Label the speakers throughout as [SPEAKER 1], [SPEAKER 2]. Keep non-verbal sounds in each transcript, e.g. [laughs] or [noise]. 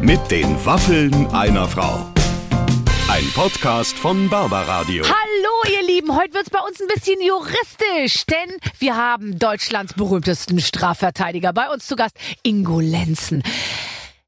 [SPEAKER 1] Mit den Waffeln einer Frau. Ein Podcast von Barbaradio.
[SPEAKER 2] Hallo, ihr Lieben. Heute wird's bei uns ein bisschen juristisch, denn wir haben Deutschlands berühmtesten Strafverteidiger bei uns zu Gast, Ingo Lenzen.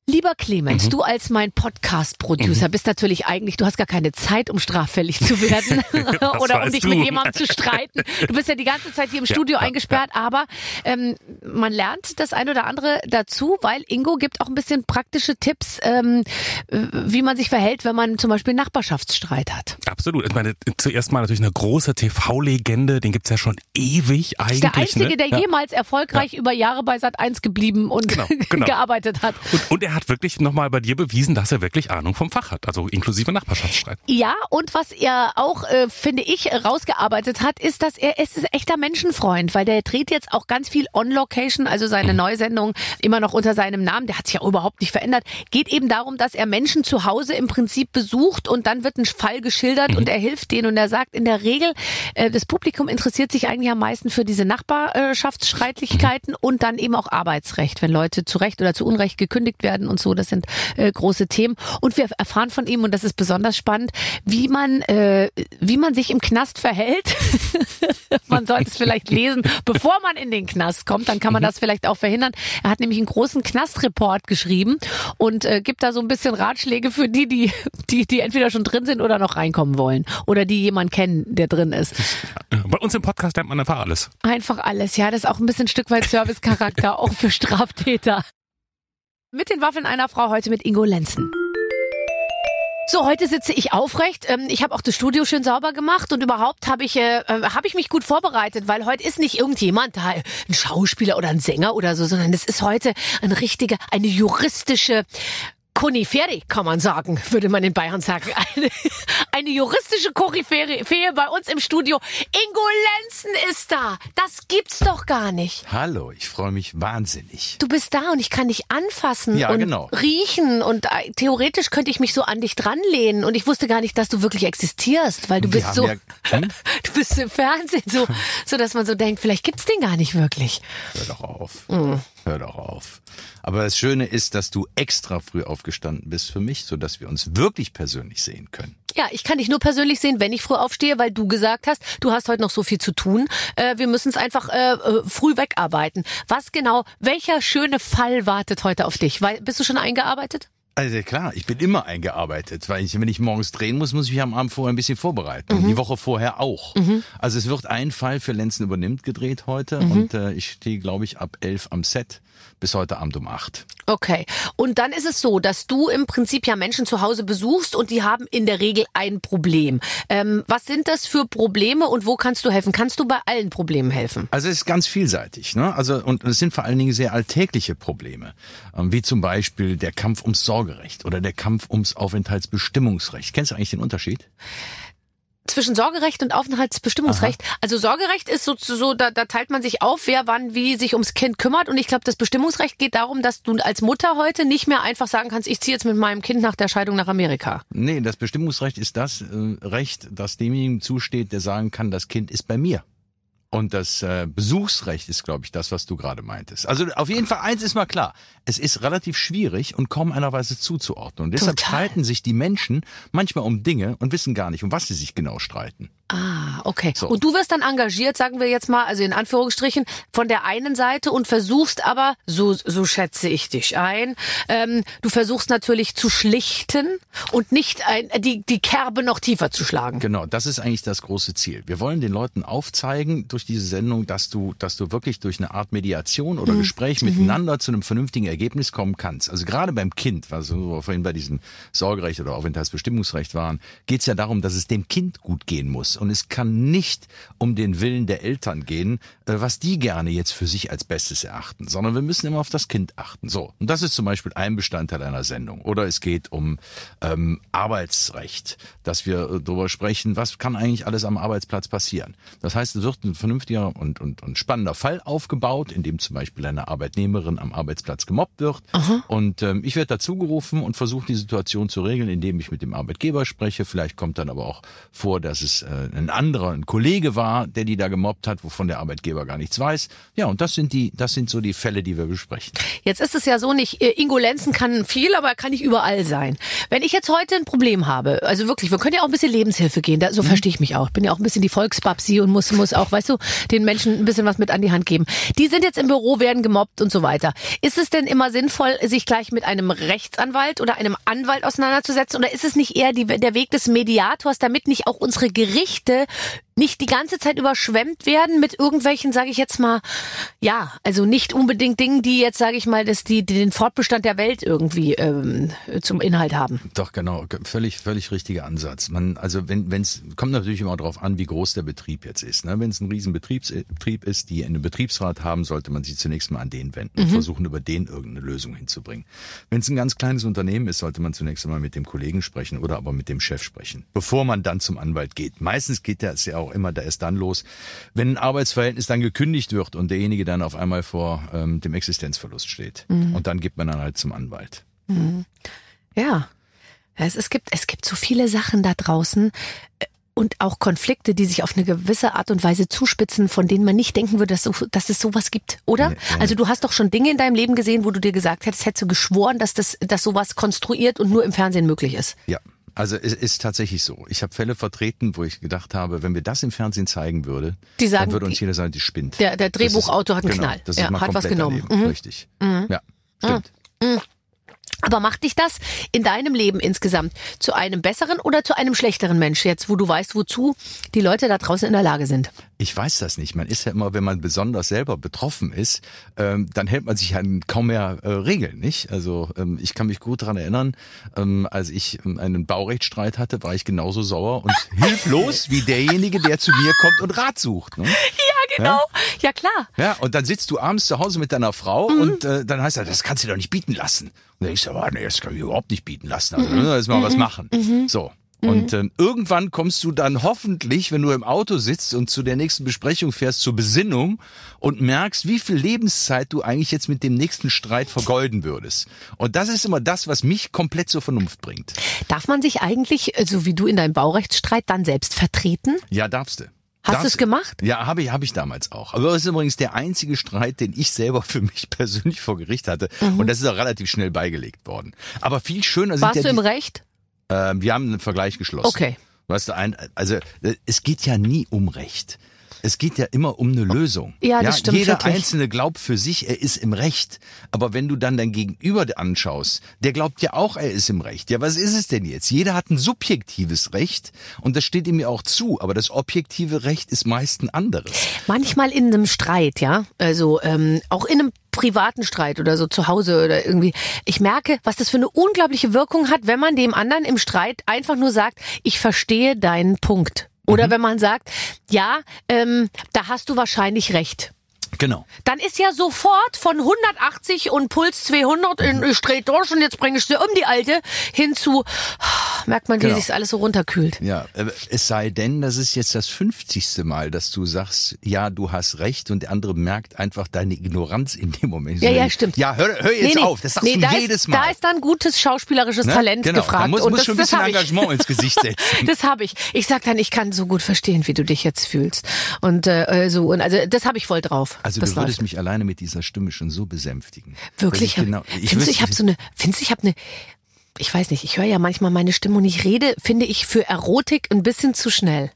[SPEAKER 2] Lieber Clemens,
[SPEAKER 3] Mhm.
[SPEAKER 2] du als mein Podcast-Producer bist natürlich eigentlich, du hast gar keine Zeit, um straffällig zu
[SPEAKER 3] [laughs]
[SPEAKER 2] werden [laughs] oder um
[SPEAKER 3] weißt
[SPEAKER 2] dich
[SPEAKER 3] du?
[SPEAKER 2] mit jemandem zu streiten. Du bist ja die ganze Zeit hier im Studio eingesperrt, aber ähm, man lernt das ein oder andere dazu, weil Ingo gibt auch ein bisschen praktische Tipps, ähm, äh, wie man sich verhält, wenn man zum Beispiel einen Nachbarschaftsstreit hat.
[SPEAKER 3] Absolut. Ich meine, zuerst mal natürlich eine große TV-Legende, den gibt's ja schon ewig eigentlich.
[SPEAKER 2] Ist der Einzige,
[SPEAKER 3] ne?
[SPEAKER 2] der
[SPEAKER 3] ja.
[SPEAKER 2] jemals erfolgreich über Jahre bei Sat1 geblieben und [laughs]
[SPEAKER 3] Genau, genau.
[SPEAKER 2] gearbeitet hat.
[SPEAKER 3] und, und er hat wirklich nochmal bei dir bewiesen, dass er wirklich Ahnung vom Fach hat, also inklusive Nachbarschaftsstreit.
[SPEAKER 2] Ja, und was er auch, äh, finde ich, rausgearbeitet hat, ist, dass er es ist ein echter Menschenfreund, weil der dreht jetzt auch ganz viel on-Location, also seine
[SPEAKER 3] Mhm.
[SPEAKER 2] Neusendung immer noch unter seinem Namen, der hat sich ja überhaupt nicht verändert, geht eben darum, dass er Menschen zu Hause im Prinzip besucht und dann wird ein Fall geschildert
[SPEAKER 3] Mhm.
[SPEAKER 2] und er hilft denen und er sagt, in der Regel, äh, das Publikum interessiert sich eigentlich am meisten für diese Nachbarschaftsstreitigkeiten und dann eben auch Arbeitsrecht, wenn Leute zu Recht oder zu Unrecht gekündigt werden und so, das sind äh, große Themen. Und wir erfahren von ihm, und das ist besonders spannend, wie man, äh, wie man sich im Knast verhält. [laughs] man sollte es vielleicht lesen, bevor man in den Knast kommt, dann kann man das vielleicht auch verhindern. Er hat nämlich einen großen Knastreport geschrieben und äh, gibt da so ein bisschen Ratschläge für die, die, die, die entweder schon drin sind oder noch reinkommen wollen. Oder die jemand kennen, der drin ist.
[SPEAKER 3] Ja, Bei uns im Podcast lernt man einfach alles.
[SPEAKER 2] Einfach alles, ja. Das ist auch ein bisschen ein Stück weit Servicecharakter, auch für Straftäter. Mit den Waffeln einer Frau heute mit Ingo Lenzen. So, heute sitze ich aufrecht. Ähm, Ich habe auch das Studio schön sauber gemacht und überhaupt habe ich, äh, äh, habe ich mich gut vorbereitet, weil heute ist nicht irgendjemand da, ein Schauspieler oder ein Sänger oder so, sondern es ist heute eine richtige, eine juristische Konifere, kann man sagen, würde man in Bayern sagen. Eine, eine juristische Koryphäre Fähe bei uns im Studio. Ingo Lenzen ist da. Das gibt's doch gar nicht.
[SPEAKER 4] Hallo, ich freue mich wahnsinnig.
[SPEAKER 2] Du bist da und ich kann dich anfassen
[SPEAKER 4] Ja,
[SPEAKER 2] und
[SPEAKER 4] genau.
[SPEAKER 2] riechen und äh, theoretisch könnte ich mich so an dich dranlehnen und ich wusste gar nicht, dass du wirklich existierst, weil du
[SPEAKER 4] Wir
[SPEAKER 2] bist
[SPEAKER 4] haben
[SPEAKER 2] so,
[SPEAKER 4] ja- Hm?
[SPEAKER 2] [laughs] du bist so im Fernsehen
[SPEAKER 4] [laughs]
[SPEAKER 2] so, so, dass man so denkt, vielleicht gibt's den gar nicht wirklich.
[SPEAKER 4] Hör doch auf. Hör doch auf. Aber das Schöne ist, dass du extra früh aufgestanden bist für mich, sodass wir uns wirklich persönlich sehen können.
[SPEAKER 2] Ja, ich kann dich nur persönlich sehen, wenn ich früh aufstehe, weil du gesagt hast, du hast heute noch so viel zu tun. Äh, wir müssen es einfach äh, äh, früh wegarbeiten. Was genau, welcher schöne Fall wartet heute auf dich? Weil, bist du schon eingearbeitet?
[SPEAKER 4] Also klar, ich bin immer eingearbeitet, weil ich, wenn ich morgens drehen muss, muss ich mich am Abend vorher ein bisschen vorbereiten. Und
[SPEAKER 2] Mhm.
[SPEAKER 4] die Woche vorher auch. Also es wird ein Fall für Lenzen übernimmt gedreht heute
[SPEAKER 2] Mhm.
[SPEAKER 4] und äh, ich stehe, glaube ich, ab elf am Set bis heute Abend um acht.
[SPEAKER 2] Okay. Und dann ist es so, dass du im Prinzip ja Menschen zu Hause besuchst und die haben in der Regel ein Problem. Ähm, was sind das für Probleme und wo kannst du helfen? Kannst du bei allen Problemen helfen?
[SPEAKER 4] Also es ist ganz vielseitig, ne? Also und es sind vor allen Dingen sehr alltägliche Probleme, ähm, wie zum Beispiel der Kampf ums Sorgerecht oder der Kampf ums Aufenthaltsbestimmungsrecht. Kennst du eigentlich den Unterschied?
[SPEAKER 2] Zwischen Sorgerecht und Aufenthaltsbestimmungsrecht. Also Sorgerecht ist so, so da, da teilt man sich auf, wer wann wie sich ums Kind kümmert. Und ich glaube, das Bestimmungsrecht geht darum, dass du als Mutter heute nicht mehr einfach sagen kannst, ich ziehe jetzt mit meinem Kind nach der Scheidung nach Amerika.
[SPEAKER 4] Nee, das Bestimmungsrecht ist das äh, Recht, das demjenigen zusteht, der sagen kann, das Kind ist bei mir. Und das äh, Besuchsrecht ist, glaube ich, das, was du gerade meintest. Also auf jeden Fall eins ist mal klar. Es ist relativ schwierig und kaum einer Weise zuzuordnen. Und deshalb
[SPEAKER 2] Total.
[SPEAKER 4] streiten sich die Menschen manchmal um Dinge und wissen gar nicht, um was sie sich genau streiten.
[SPEAKER 2] Ah, okay.
[SPEAKER 4] So.
[SPEAKER 2] Und du wirst dann engagiert, sagen wir jetzt mal, also in Anführungsstrichen, von der einen Seite und versuchst aber, so, so schätze ich dich ein, ähm, du versuchst natürlich zu schlichten und nicht ein, die, die Kerbe noch tiefer zu schlagen.
[SPEAKER 4] Genau, das ist eigentlich das große Ziel. Wir wollen den Leuten aufzeigen durch diese Sendung, dass du, dass du wirklich durch eine Art Mediation oder Gespräch miteinander zu einem vernünftigen Ergebnis kommen kannst. Also gerade beim Kind, was wir vorhin bei diesem Sorgerecht oder Aufenthaltsbestimmungsrecht waren, geht es ja darum, dass es dem Kind gut gehen muss. Und es kann nicht um den Willen der Eltern gehen, äh, was die gerne jetzt für sich als Bestes erachten, sondern wir müssen immer auf das Kind achten. So, und das ist zum Beispiel ein Bestandteil einer Sendung. Oder es geht um ähm, Arbeitsrecht, dass wir äh, darüber sprechen, was kann eigentlich alles am Arbeitsplatz passieren. Das heißt, es wird ein vernünftiges vernünftiger und, und, und spannender Fall aufgebaut, in dem zum Beispiel eine Arbeitnehmerin am Arbeitsplatz gemobbt wird. Und ähm, ich werde dazugerufen und versuche die Situation zu regeln, indem ich mit dem Arbeitgeber spreche. Vielleicht kommt dann aber auch vor, dass es äh, ein anderer, ein Kollege war, der die da gemobbt hat, wovon der Arbeitgeber gar nichts weiß. Ja, und das sind die, das sind so die Fälle, die wir besprechen.
[SPEAKER 2] Jetzt ist es ja so nicht, äh, Ingo Lenzen kann viel, aber er kann nicht überall sein. Wenn ich jetzt heute ein Problem habe, also wirklich, wir können ja auch ein bisschen Lebenshilfe gehen, da, so verstehe ich mich auch. Ich bin ja auch ein bisschen die Volkspapsi und muss, muss auch, weißt du, den Menschen ein bisschen was mit an die Hand geben. Die sind jetzt im Büro, werden gemobbt und so weiter. Ist es denn immer sinnvoll, sich gleich mit einem Rechtsanwalt oder einem Anwalt auseinanderzusetzen oder ist es nicht eher die, der Weg des Mediators, damit nicht auch unsere Gerichte nicht die ganze Zeit überschwemmt werden mit irgendwelchen, sage ich jetzt mal, ja, also nicht unbedingt Dingen, die jetzt, sage ich mal, dass die, die den Fortbestand der Welt irgendwie ähm, zum Inhalt haben.
[SPEAKER 4] Doch, genau. G- Völlig, völlig richtiger Ansatz. Man, also wenn es kommt natürlich immer darauf an, wie groß der Betrieb jetzt ist. Ne? Wenn es ein Riesenbetrieb ist, die einen Betriebsrat haben, sollte man sich zunächst mal an den wenden und versuchen, über den irgendeine Lösung hinzubringen. Wenn es ein ganz kleines Unternehmen ist, sollte man zunächst einmal mit dem Kollegen sprechen oder aber mit dem Chef sprechen, bevor man dann zum Anwalt geht. Meistens geht das ja auch immer da erst dann los, wenn ein Arbeitsverhältnis dann gekündigt wird und derjenige dann auf einmal vor ähm, dem Existenzverlust steht. Und dann geht man dann halt zum Anwalt.
[SPEAKER 2] Ja. Es, es, gibt, es gibt so viele Sachen da draußen äh, und auch Konflikte, die sich auf eine gewisse Art und Weise zuspitzen, von denen man nicht denken würde, dass, so, dass es sowas gibt, oder? Also du hast doch schon Dinge in deinem Leben gesehen, wo du dir gesagt hättest, hättest du geschworen, dass, das, dass sowas konstruiert und nur im Fernsehen möglich ist.
[SPEAKER 4] Ja, also es ist tatsächlich so. Ich habe Fälle vertreten, wo ich gedacht habe, wenn wir das im Fernsehen zeigen würde,
[SPEAKER 2] Die sagen,
[SPEAKER 4] dann würde uns
[SPEAKER 2] die-
[SPEAKER 4] jeder sagen, die spinnt.
[SPEAKER 2] Der- der
[SPEAKER 4] Das ist-
[SPEAKER 2] Drehbuchautor hat einen
[SPEAKER 4] genau,
[SPEAKER 2] Knall.
[SPEAKER 4] Das
[SPEAKER 2] Ja,
[SPEAKER 4] ist mal
[SPEAKER 2] hat was
[SPEAKER 4] komplett
[SPEAKER 2] genommen. Mhm.
[SPEAKER 4] daneben, Richtig. Ja, stimmt.
[SPEAKER 2] Aber macht dich das in deinem Leben insgesamt zu einem besseren oder zu einem schlechteren Mensch jetzt, wo du weißt, wozu die Leute da draußen in der Lage sind?
[SPEAKER 4] Ich weiß das nicht. Man ist ja immer, wenn man besonders selber betroffen ist, ähm, dann hält man sich an kaum mehr äh, Regeln, nicht? Also ähm, ich kann mich gut daran erinnern, ähm, als ich ähm, einen Baurechtsstreit hatte, war ich genauso
[SPEAKER 2] [laughs]
[SPEAKER 4] sauer und hilflos wie derjenige, der zu mir kommt und Rat sucht. Ne?
[SPEAKER 2] Ja, genau. Ja, klar.
[SPEAKER 4] Ja, und dann sitzt du abends zu Hause mit deiner Frau
[SPEAKER 2] Mhm.
[SPEAKER 4] und äh, dann heißt er, das kannst du dir doch nicht bieten lassen. Und dann denkst du, oh, nee, das kann ich überhaupt nicht bieten lassen. Also, mhm. lass mal was machen.
[SPEAKER 2] Mhm.
[SPEAKER 4] So. Und ähm, irgendwann kommst du dann hoffentlich, wenn du im Auto sitzt und zu der nächsten Besprechung fährst, zur Besinnung und merkst, wie viel Lebenszeit du eigentlich jetzt mit dem nächsten Streit vergeuden würdest. Und das ist immer das, was mich komplett zur Vernunft bringt.
[SPEAKER 2] Darf man sich eigentlich, äh, so wie du in deinem Baurechtsstreit, dann selbst vertreten?
[SPEAKER 4] Ja, darfst du.
[SPEAKER 2] Hast
[SPEAKER 4] Darfst-
[SPEAKER 2] du's gemacht?
[SPEAKER 4] Ja, habe ich, habe ich damals auch. Aber das ist übrigens der einzige Streit, den ich selber [laughs] für mich persönlich vor Gericht hatte. Und das ist auch relativ schnell beigelegt worden. Aber viel schöner sind
[SPEAKER 2] Mhm. Warst du
[SPEAKER 4] ja
[SPEAKER 2] im
[SPEAKER 4] die,
[SPEAKER 2] Recht?
[SPEAKER 4] ähm, wir haben einen Vergleich geschlossen.
[SPEAKER 2] Okay.
[SPEAKER 4] Weißt du, ein, also äh, es geht ja nie um Recht. Es geht ja immer um eine Lösung.
[SPEAKER 2] Oh. Ja, das stimmt,
[SPEAKER 4] Jeder
[SPEAKER 2] wirklich.
[SPEAKER 4] Einzelne glaubt für sich, er ist im Recht. Aber wenn du dann dein Gegenüber anschaust, der glaubt ja auch, er ist im Recht. Ja, was ist es denn jetzt? Jeder hat ein subjektives Recht und das steht ihm ja auch zu. Aber das objektive Recht ist meist ein anderes.
[SPEAKER 2] Manchmal in einem Streit, ja. Also ähm, auch in einem privaten Streit oder so zu Hause oder irgendwie. Ich merke, was das für eine unglaubliche Wirkung hat, wenn man dem anderen im Streit einfach nur sagt, ich verstehe deinen Punkt. Oder wenn man sagt, ja, ähm, da hast du wahrscheinlich recht.
[SPEAKER 4] Genau.
[SPEAKER 2] Dann ist ja sofort von 180 und Puls 200 in ich dreh durch und jetzt bringe ich sie um die alte hinzu. Merkt man, wie
[SPEAKER 4] Genau.
[SPEAKER 2] sich's alles so runterkühlt.
[SPEAKER 4] Ja, äh, es sei denn, das ist jetzt das 50. Mal, dass du sagst, ja, du hast recht und der andere merkt einfach deine Ignoranz in dem Moment.
[SPEAKER 2] Ja, ja, stimmt.
[SPEAKER 4] Ja, hör, hör jetzt auf, das sagst
[SPEAKER 2] da
[SPEAKER 4] du jedes
[SPEAKER 2] ist,
[SPEAKER 4] Mal.
[SPEAKER 2] Da ist dann gutes schauspielerisches Talent
[SPEAKER 4] genau.
[SPEAKER 2] gefragt.
[SPEAKER 4] Da muss,
[SPEAKER 2] und
[SPEAKER 4] muss
[SPEAKER 2] das,
[SPEAKER 4] schon ein
[SPEAKER 2] das
[SPEAKER 4] bisschen
[SPEAKER 2] hab
[SPEAKER 4] Engagement ins Gesicht
[SPEAKER 2] Ich.
[SPEAKER 4] setzen.
[SPEAKER 2] [laughs] Das habe ich. Ich sag dann, ich kann so gut verstehen, wie du dich jetzt fühlst. Und äh, äh, so und also das habe ich voll drauf.
[SPEAKER 4] Also
[SPEAKER 2] das
[SPEAKER 4] du würdest mich alleine mit dieser Stimme schon so besänftigen.
[SPEAKER 2] Wirklich?
[SPEAKER 4] Dass Ich genau,
[SPEAKER 2] ich findest du, ich habe so eine, findest du, ich habe eine, ich weiß nicht, ich höre ja manchmal meine Stimme und ich rede, finde ich, für Erotik ein bisschen zu schnell.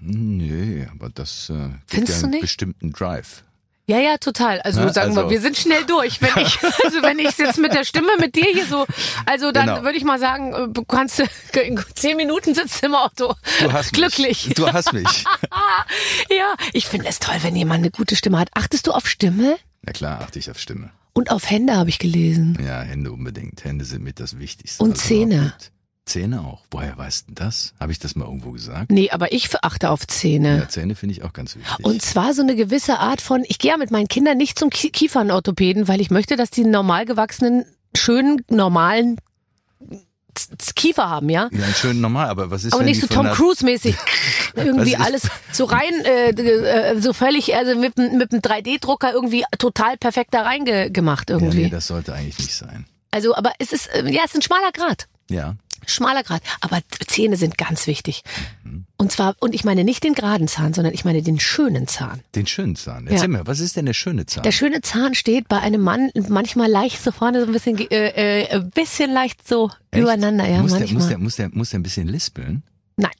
[SPEAKER 4] Nee, aber das äh, gibt
[SPEAKER 2] Findest
[SPEAKER 4] ja
[SPEAKER 2] du
[SPEAKER 4] einen
[SPEAKER 2] nicht?
[SPEAKER 4] bestimmten Drive.
[SPEAKER 2] Ja, ja, total. Also
[SPEAKER 4] Ne,
[SPEAKER 2] sagen wir,
[SPEAKER 4] also-
[SPEAKER 2] wir sind schnell durch. Wenn
[SPEAKER 4] [laughs]
[SPEAKER 2] ich, also wenn ich jetzt mit der Stimme mit dir hier so, also dann
[SPEAKER 4] Genau.
[SPEAKER 2] würde ich mal sagen, äh, du kannst [laughs] in zehn Minuten sitzt du im Auto.
[SPEAKER 4] Du hast
[SPEAKER 2] Glücklich.
[SPEAKER 4] mich. Du
[SPEAKER 2] [laughs]
[SPEAKER 4] hast mich.
[SPEAKER 2] Ja, ich finde es toll, wenn jemand eine gute Stimme hat. Achtest du auf Stimme?
[SPEAKER 4] Na klar, achte ich auf Stimme.
[SPEAKER 2] Und auf Hände habe ich gelesen.
[SPEAKER 4] Ja, Hände unbedingt. Hände sind mit das Wichtigste. Also
[SPEAKER 2] Und
[SPEAKER 4] überhaupt
[SPEAKER 2] Zähne.
[SPEAKER 4] mit- Zähne auch. Woher weißt du das? Habe ich das mal irgendwo gesagt?
[SPEAKER 2] Nee, aber ich achte auf Zähne.
[SPEAKER 4] Ja, Zähne finde ich auch ganz wichtig.
[SPEAKER 2] Und zwar so eine gewisse Art von, ich gehe ja mit meinen Kindern nicht zum Ki- Kiefernorthopäden, weil ich möchte, dass die normal gewachsenen, schönen, normalen S- S- Kiefer haben, ja?
[SPEAKER 4] Ja, schön normal, aber was ist
[SPEAKER 2] Aber
[SPEAKER 4] wenn
[SPEAKER 2] nicht so
[SPEAKER 4] die von
[SPEAKER 2] Tom
[SPEAKER 4] der-
[SPEAKER 2] Cruise-mäßig. [laughs] irgendwie
[SPEAKER 4] ist-
[SPEAKER 2] alles so rein, äh, d- äh, so völlig, also mit, dem- mit einem 3D-Drucker irgendwie total perfekt da reingemacht
[SPEAKER 4] Ja,
[SPEAKER 2] irgendwie.
[SPEAKER 4] nee, das sollte eigentlich nicht sein.
[SPEAKER 2] also, aber es ist, äh, ja, es ist ein schmaler Grad.
[SPEAKER 4] Ja.
[SPEAKER 2] Schmaler Grad. Aber Zähne sind ganz wichtig.
[SPEAKER 4] Mhm.
[SPEAKER 2] Und zwar, und ich meine nicht den geraden Zahn, sondern ich meine den schönen Zahn.
[SPEAKER 4] Den schönen Zahn. Erzähl mir, was ist denn der schöne Zahn?
[SPEAKER 2] Der schöne Zahn steht bei einem Mann manchmal leicht so vorne, so ein bisschen, ge- äh, äh, ein bisschen leicht so
[SPEAKER 4] Echt?
[SPEAKER 2] übereinander, ja,
[SPEAKER 4] muss der,
[SPEAKER 2] manchmal.
[SPEAKER 4] muss, der, muss, der, muss der ein bisschen lispeln?
[SPEAKER 2] Nein.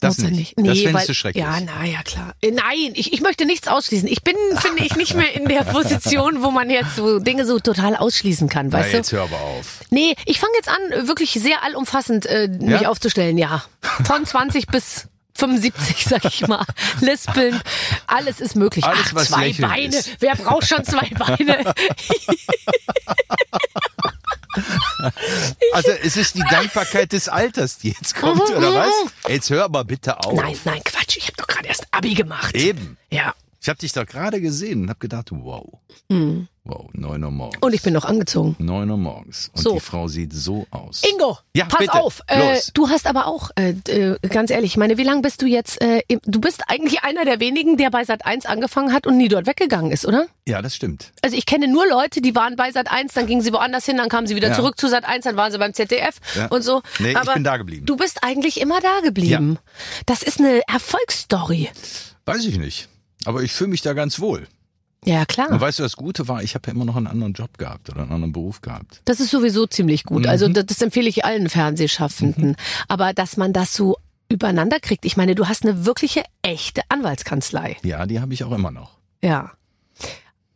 [SPEAKER 4] Das
[SPEAKER 2] muss er
[SPEAKER 4] nicht.
[SPEAKER 2] Nee,
[SPEAKER 4] Das fändest
[SPEAKER 2] weil,
[SPEAKER 4] du schrecklich.
[SPEAKER 2] Ja, naja, klar. Äh, Nein, ich, ich möchte nichts ausschließen. Ich
[SPEAKER 4] [laughs]
[SPEAKER 2] bin, finde ich, nicht mehr in der Position, wo man jetzt so Dinge so total ausschließen kann,
[SPEAKER 4] Na,
[SPEAKER 2] weißt du?
[SPEAKER 4] jetzt hör aber auf.
[SPEAKER 2] Nee, ich fange jetzt an, wirklich sehr allumfassend äh, mich
[SPEAKER 4] Ja?
[SPEAKER 2] aufzustellen, ja.
[SPEAKER 4] [laughs]
[SPEAKER 2] Von 20 bis 75, sag ich mal. Lispeln, alles ist möglich.
[SPEAKER 4] Alles,
[SPEAKER 2] Ach,
[SPEAKER 4] was
[SPEAKER 2] zwei
[SPEAKER 4] lächeln
[SPEAKER 2] Beine.
[SPEAKER 4] ist.
[SPEAKER 2] Wer braucht schon zwei
[SPEAKER 4] [laughs]
[SPEAKER 2] Beine?
[SPEAKER 4] Also es ist die Dankbarkeit des Alters, die jetzt kommt,
[SPEAKER 2] Mhm,
[SPEAKER 4] oder
[SPEAKER 2] mhm.
[SPEAKER 4] was? Jetzt hör aber bitte auf.
[SPEAKER 2] Nein, nein, Quatsch. Ich habe doch gerade erst Abi gemacht.
[SPEAKER 4] Eben.
[SPEAKER 2] Ja.
[SPEAKER 4] Ich habe dich doch gerade gesehen und habe gedacht, wow. Wow, 9 Uhr morgens.
[SPEAKER 2] Hm. Und ich bin noch angezogen.
[SPEAKER 4] 9 Uhr morgens. Und
[SPEAKER 2] So.
[SPEAKER 4] die Frau sieht so aus.
[SPEAKER 2] Ingo,
[SPEAKER 4] Ja,
[SPEAKER 2] pass
[SPEAKER 4] bitte.
[SPEAKER 2] auf. Äh,
[SPEAKER 4] Los.
[SPEAKER 2] du hast aber auch, äh, d- äh, ganz ehrlich, ich meine, wie lange bist du jetzt? Äh, im, du bist eigentlich einer der wenigen, der bei Sat 1 angefangen hat und nie dort weggegangen ist, oder?
[SPEAKER 4] Ja, das stimmt.
[SPEAKER 2] Also ich kenne nur Leute, die waren bei Sat 1, dann gingen sie woanders hin, dann kamen sie wieder
[SPEAKER 4] Ja.
[SPEAKER 2] zurück zu Sat 1, dann waren sie beim ZDF
[SPEAKER 4] Ja.
[SPEAKER 2] und so.
[SPEAKER 4] Nee, ich
[SPEAKER 2] aber
[SPEAKER 4] bin da geblieben.
[SPEAKER 2] Du bist eigentlich immer da geblieben. Das ist eine Erfolgsstory.
[SPEAKER 4] Weiß ich nicht. Aber ich fühle mich da ganz wohl.
[SPEAKER 2] Ja, ja, klar.
[SPEAKER 4] Und weißt du, das Gute war, ich habe ja immer noch einen anderen Job gehabt oder einen anderen Beruf gehabt.
[SPEAKER 2] Das ist sowieso ziemlich gut. Also
[SPEAKER 4] Mhm.
[SPEAKER 2] das, das empfehle ich allen Fernsehschaffenden. Aber dass man das so übereinander kriegt. Ich meine, du hast eine wirkliche, echte Anwaltskanzlei.
[SPEAKER 4] Ja, die habe ich auch immer noch.
[SPEAKER 2] Ja.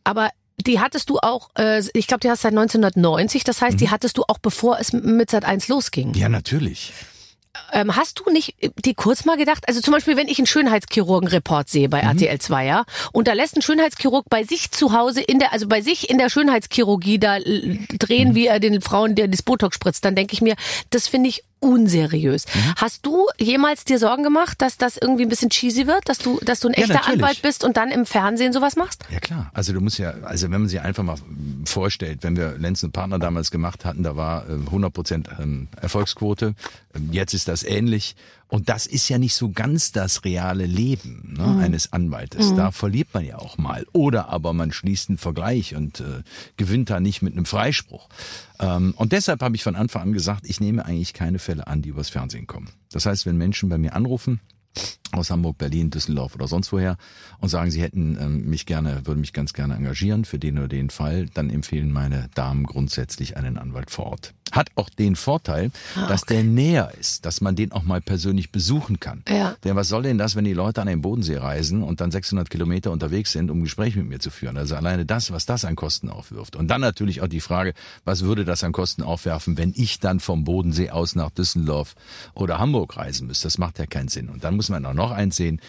[SPEAKER 2] Aber die hattest du auch, äh, ich glaube, die hast du seit 1990. Das heißt, die hattest du auch, bevor es m- mit Sat 1 losging.
[SPEAKER 4] Mhm. Ja, natürlich.
[SPEAKER 2] Ähm, hast du nicht äh, dir kurz mal gedacht, also zum Beispiel, wenn ich einen Schönheitschirurgen-Report sehe
[SPEAKER 4] Mhm.
[SPEAKER 2] bei RTL 2, ja, und da lässt ein Schönheitschirurg bei sich zu Hause in der, also bei sich in der Schönheitschirurgie da l-
[SPEAKER 4] Mhm.
[SPEAKER 2] drehen, wie er den Frauen, der das Botox spritzt, dann denke ich mir, das finde ich unseriös.
[SPEAKER 4] Mhm.
[SPEAKER 2] Hast du jemals dir Sorgen gemacht, dass das irgendwie ein bisschen cheesy wird, dass du, dass du ein
[SPEAKER 4] Ja,
[SPEAKER 2] echter
[SPEAKER 4] natürlich.
[SPEAKER 2] Anwalt bist und dann im Fernsehen sowas machst?
[SPEAKER 4] Ja klar, also du musst ja, also wenn man sich einfach mal vorstellt, wenn wir Lenz und Partner damals gemacht hatten, da war äh, 100% ähm, Erfolgsquote, Ähm, jetzt ist das ähnlich und das ist ja nicht so ganz das reale Leben ne, eines Anwaltes, da verliert man ja auch mal oder aber man schließt einen Vergleich und äh, gewinnt da nicht mit einem Freispruch ähm, und deshalb habe ich von Anfang an gesagt, ich nehme eigentlich keine Fälle an, die übers Fernsehen kommen. Das heißt, wenn Menschen bei mir anrufen, aus Hamburg, Berlin, Düsseldorf oder sonst woher und sagen, sie hätten ähm, mich gerne, würden mich ganz gerne engagieren für den oder den Fall, dann empfehlen meine Damen grundsätzlich einen Anwalt vor Ort. Hat auch den Vorteil, dass der näher ist, dass man den auch mal persönlich besuchen kann.
[SPEAKER 2] Ja.
[SPEAKER 4] Denn was soll denn das, wenn die Leute an den Bodensee reisen und dann 600 Kilometer unterwegs sind, um ein Gespräch mit mir zu führen? Also alleine das, was das an Kosten aufwirft. Und dann natürlich auch die Frage, was würde das an Kosten aufwerfen, wenn ich dann vom Bodensee aus nach Düsseldorf oder Hamburg reisen müsste? Das macht ja keinen Sinn. Und dann muss man auch noch eins sehen.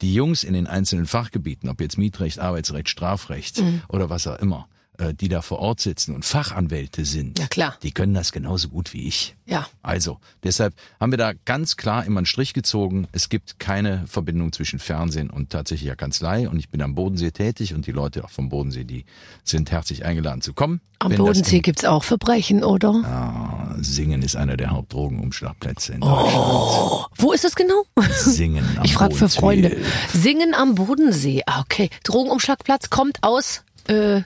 [SPEAKER 4] Die Jungs in den einzelnen Fachgebieten, ob jetzt Mietrecht, Arbeitsrecht, Strafrecht
[SPEAKER 2] Mhm.
[SPEAKER 4] oder was auch immer, äh, die da vor Ort sitzen und Fachanwälte sind,
[SPEAKER 2] Ja, klar.
[SPEAKER 4] die können das genauso gut wie ich.
[SPEAKER 2] Ja.
[SPEAKER 4] Also, deshalb haben wir da ganz klar immer einen Strich gezogen. Es gibt keine Verbindung zwischen Fernsehen und tatsächlicher Kanzlei. Und ich bin am Bodensee tätig und die Leute auch vom Bodensee, die sind herzlich eingeladen zu kommen.
[SPEAKER 2] Am
[SPEAKER 4] Wenn das
[SPEAKER 2] Bodensee gibt's auch Verbrechen, oder?
[SPEAKER 4] in- Singen ist einer der Hauptdrogenumschlagplätze in Deutschland.
[SPEAKER 2] Wo ist es genau? [laughs]
[SPEAKER 4] Singen am
[SPEAKER 2] Oh. Ich frage für
[SPEAKER 4] Bodensee.
[SPEAKER 2] Freunde. Singen am Bodensee. Ah, okay. Drogenumschlagplatz kommt aus. Äh,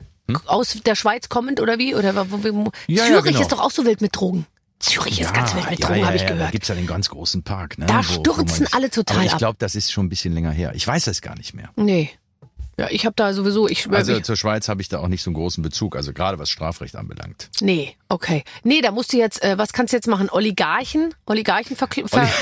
[SPEAKER 2] Aus der Schweiz kommend oder wie? Oder wo, wo, wo?
[SPEAKER 4] Hm? Ja, ja,
[SPEAKER 2] Zürich
[SPEAKER 4] genau.
[SPEAKER 2] ist doch auch so wild mit Drogen. Zürich ist ganz wild mit Drogen, habe ich
[SPEAKER 4] Da
[SPEAKER 2] gehört.
[SPEAKER 4] gibt's ja den ganz großen Park. Ne?
[SPEAKER 2] Da
[SPEAKER 4] man
[SPEAKER 2] stürzen
[SPEAKER 4] nicht-
[SPEAKER 2] alle total
[SPEAKER 4] Aber ich
[SPEAKER 2] ab.
[SPEAKER 4] glaube, das ist schon ein bisschen länger her. Ich weiß das gar nicht mehr.
[SPEAKER 2] nee. Ja, ich habe da sowieso. Ich,
[SPEAKER 4] Also
[SPEAKER 2] ich,
[SPEAKER 4] zur Schweiz habe ich da auch nicht so einen großen Bezug, also gerade was Strafrecht anbelangt.
[SPEAKER 2] nee, okay. Nee, da musst du jetzt. Äh, was kannst du jetzt machen? Oligarchen? Oligarchen verkl- ver [laughs]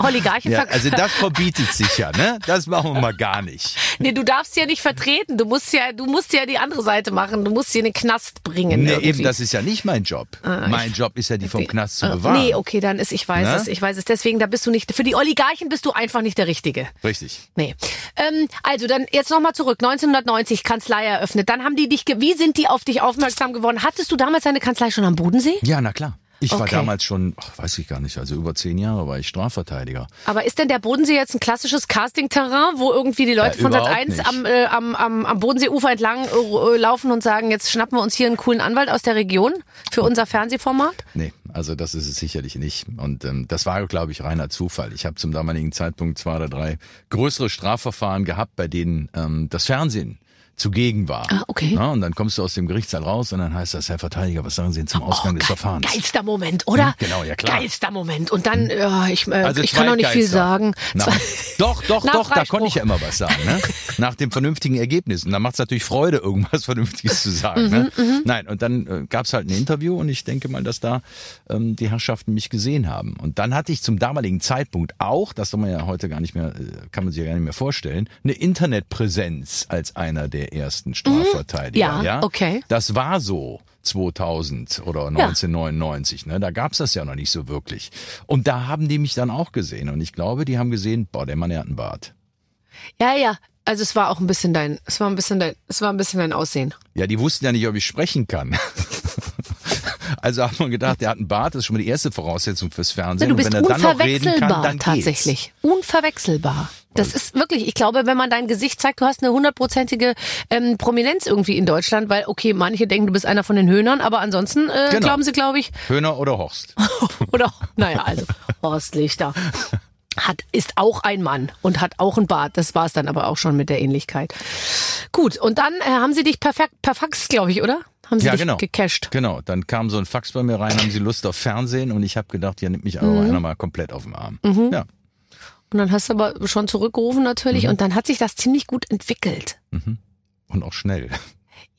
[SPEAKER 2] Oligarchen
[SPEAKER 4] Ja,
[SPEAKER 2] verk-
[SPEAKER 4] also das verbietet sich ja, ne? Das machen wir mal gar nicht.
[SPEAKER 2] Nee, du darfst ja nicht vertreten. Du musst ja, du musst ja die andere Seite machen. Du musst sie in den Knast bringen.
[SPEAKER 4] Nee,
[SPEAKER 2] irgendwie.
[SPEAKER 4] eben, das ist ja nicht mein Job. mein Job ist ja, die vom Knast zu
[SPEAKER 2] Ah,
[SPEAKER 4] bewahren.
[SPEAKER 2] Nee, okay, dann ist, ich weiß
[SPEAKER 4] Ne?
[SPEAKER 2] es, ich weiß es. Deswegen, da bist du nicht, für die Oligarchen bist du einfach nicht der Richtige.
[SPEAKER 4] Richtig.
[SPEAKER 2] Nee. Ähm, also dann jetzt nochmal zurück, 1990 Kanzlei eröffnet, dann haben die dich, ge wie sind die auf dich aufmerksam geworden? Hattest du damals deine Kanzlei schon am Bodensee?
[SPEAKER 4] Ja, na klar. Ich war
[SPEAKER 2] Okay.
[SPEAKER 4] damals schon, ach, weiß ich gar nicht, also über zehn Jahre war ich Strafverteidiger.
[SPEAKER 2] Aber ist denn der Bodensee jetzt ein klassisches Casting-Terrain, wo irgendwie die Leute
[SPEAKER 4] Ja,
[SPEAKER 2] von Sat
[SPEAKER 4] überhaupt
[SPEAKER 2] 1
[SPEAKER 4] nicht.
[SPEAKER 2] am, äh, am, am, am Bodenseeufer entlang äh, laufen und sagen, jetzt schnappen wir uns hier einen coolen Anwalt aus der Region für unser Fernsehformat?
[SPEAKER 4] Nee, Also das ist es sicherlich nicht. Und ähm, das war, glaube ich, reiner Zufall. Ich habe zum damaligen Zeitpunkt zwei oder drei größere Strafverfahren gehabt, bei denen ähm, das Fernsehen zugegen war.
[SPEAKER 2] Ah, okay.
[SPEAKER 4] Ja, und dann kommst du aus dem Gerichtssaal raus und dann heißt das, Herr Verteidiger, was sagen Sie denn zum Ausgang des
[SPEAKER 2] Oh, geil-
[SPEAKER 4] Verfahrens?
[SPEAKER 2] Geilster Moment, oder?
[SPEAKER 4] Hm, genau, ja, klar.
[SPEAKER 2] Geilster Moment. Und dann, ja, ich, äh,
[SPEAKER 4] Also
[SPEAKER 2] ich
[SPEAKER 4] zwei
[SPEAKER 2] kann noch nicht viel
[SPEAKER 4] Geister.
[SPEAKER 2] sagen.
[SPEAKER 4] Nach,
[SPEAKER 2] Zwei-
[SPEAKER 4] doch, doch,
[SPEAKER 2] Nach
[SPEAKER 4] doch, da
[SPEAKER 2] Freispruch.
[SPEAKER 4] konnte ich ja immer was sagen. Ne? Nach dem vernünftigen Ergebnis. Und dann macht es natürlich Freude, irgendwas [laughs] Vernünftiges zu sagen. ne?
[SPEAKER 2] Mhm,
[SPEAKER 4] Nein, und dann äh, gab es halt ein Interview und ich denke mal, dass da ähm, die Herrschaften mich gesehen haben. Und dann hatte ich zum damaligen Zeitpunkt auch, das kann man ja heute gar nicht mehr, äh, kann man sich ja gar nicht mehr vorstellen, eine Internetpräsenz als einer der ersten Strafverteidiger.
[SPEAKER 2] Mhm. Ja, okay.
[SPEAKER 4] Das war so 2000 oder 1999. Ne? Da gab's das ja noch nicht so wirklich. Und da haben die mich dann auch gesehen. Und ich glaube, die haben gesehen, boah, der Mann der hat einen Bart.
[SPEAKER 2] Ja, ja. Also es war auch ein bisschen dein, es war ein bisschen dein, es war ein bisschen dein Aussehen.
[SPEAKER 4] Ja, die wussten ja nicht, ob ich sprechen kann. [laughs] Also hat man gedacht, der hat einen Bart, das ist schon mal die erste Voraussetzung fürs Fernsehen.
[SPEAKER 2] Ne, Du bist
[SPEAKER 4] Und wenn er dann noch reden
[SPEAKER 2] unverwechselbar
[SPEAKER 4] kann, dann geht's.
[SPEAKER 2] tatsächlich. Unverwechselbar. Das ist wirklich, ich glaube, wenn man dein Gesicht zeigt, du hast eine hundertprozentige ähm, Prominenz irgendwie in Deutschland, weil okay, manche denken, du bist einer von den Höhnern, aber ansonsten äh,
[SPEAKER 4] Genau.
[SPEAKER 2] glauben sie, glaube ich,
[SPEAKER 4] Höhner oder Horst?
[SPEAKER 2] oder naja, also Horst Lichter hat ist auch ein Mann und hat auch ein Bart. Das war es dann aber auch schon mit der Ähnlichkeit. Gut, und dann äh, haben sie dich per, Fa- per Fax, glaube ich, oder? Haben sie
[SPEAKER 4] Ja,
[SPEAKER 2] dich
[SPEAKER 4] genau.
[SPEAKER 2] gecached?
[SPEAKER 4] Genau, dann kam so ein Fax bei mir rein, haben sie Lust auf Fernsehen und ich habe gedacht, ja, nimmt mich aber
[SPEAKER 2] Mhm.
[SPEAKER 4] einer mal komplett auf den Arm. Ja,
[SPEAKER 2] Und dann hast du aber schon zurückgerufen natürlich
[SPEAKER 4] Mhm.
[SPEAKER 2] und dann hat sich das ziemlich gut entwickelt.
[SPEAKER 4] und auch schnell.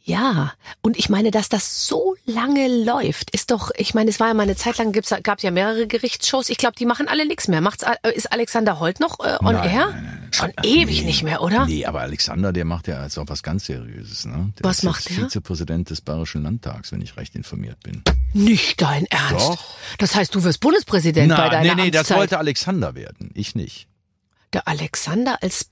[SPEAKER 2] Ja, und ich meine, dass das so lange läuft, ist doch, ich meine, es war ja mal eine Zeit lang, gab es ja mehrere Gerichtsshows. Ich glaube, die machen alle nichts mehr. Macht's, Al- ist Alexander Holt noch äh, on
[SPEAKER 4] Nein,
[SPEAKER 2] air?
[SPEAKER 4] nein, nein, nein.
[SPEAKER 2] Schon
[SPEAKER 4] Ach,
[SPEAKER 2] ewig
[SPEAKER 4] nee.
[SPEAKER 2] nicht mehr, oder?
[SPEAKER 4] Nee, aber Alexander, der macht ja jetzt auch was ganz Seriöses. Ne? Der
[SPEAKER 2] Was
[SPEAKER 4] ist
[SPEAKER 2] macht
[SPEAKER 4] jetzt
[SPEAKER 2] der?
[SPEAKER 4] Vizepräsident des Bayerischen Landtags, wenn ich recht informiert bin.
[SPEAKER 2] Nicht dein Ernst.
[SPEAKER 4] Doch.
[SPEAKER 2] Das heißt, du wirst Bundespräsident bei deiner
[SPEAKER 4] nee, nee, das
[SPEAKER 2] Amtszeit.
[SPEAKER 4] wollte Alexander werden, ich nicht.
[SPEAKER 2] Der Alexander als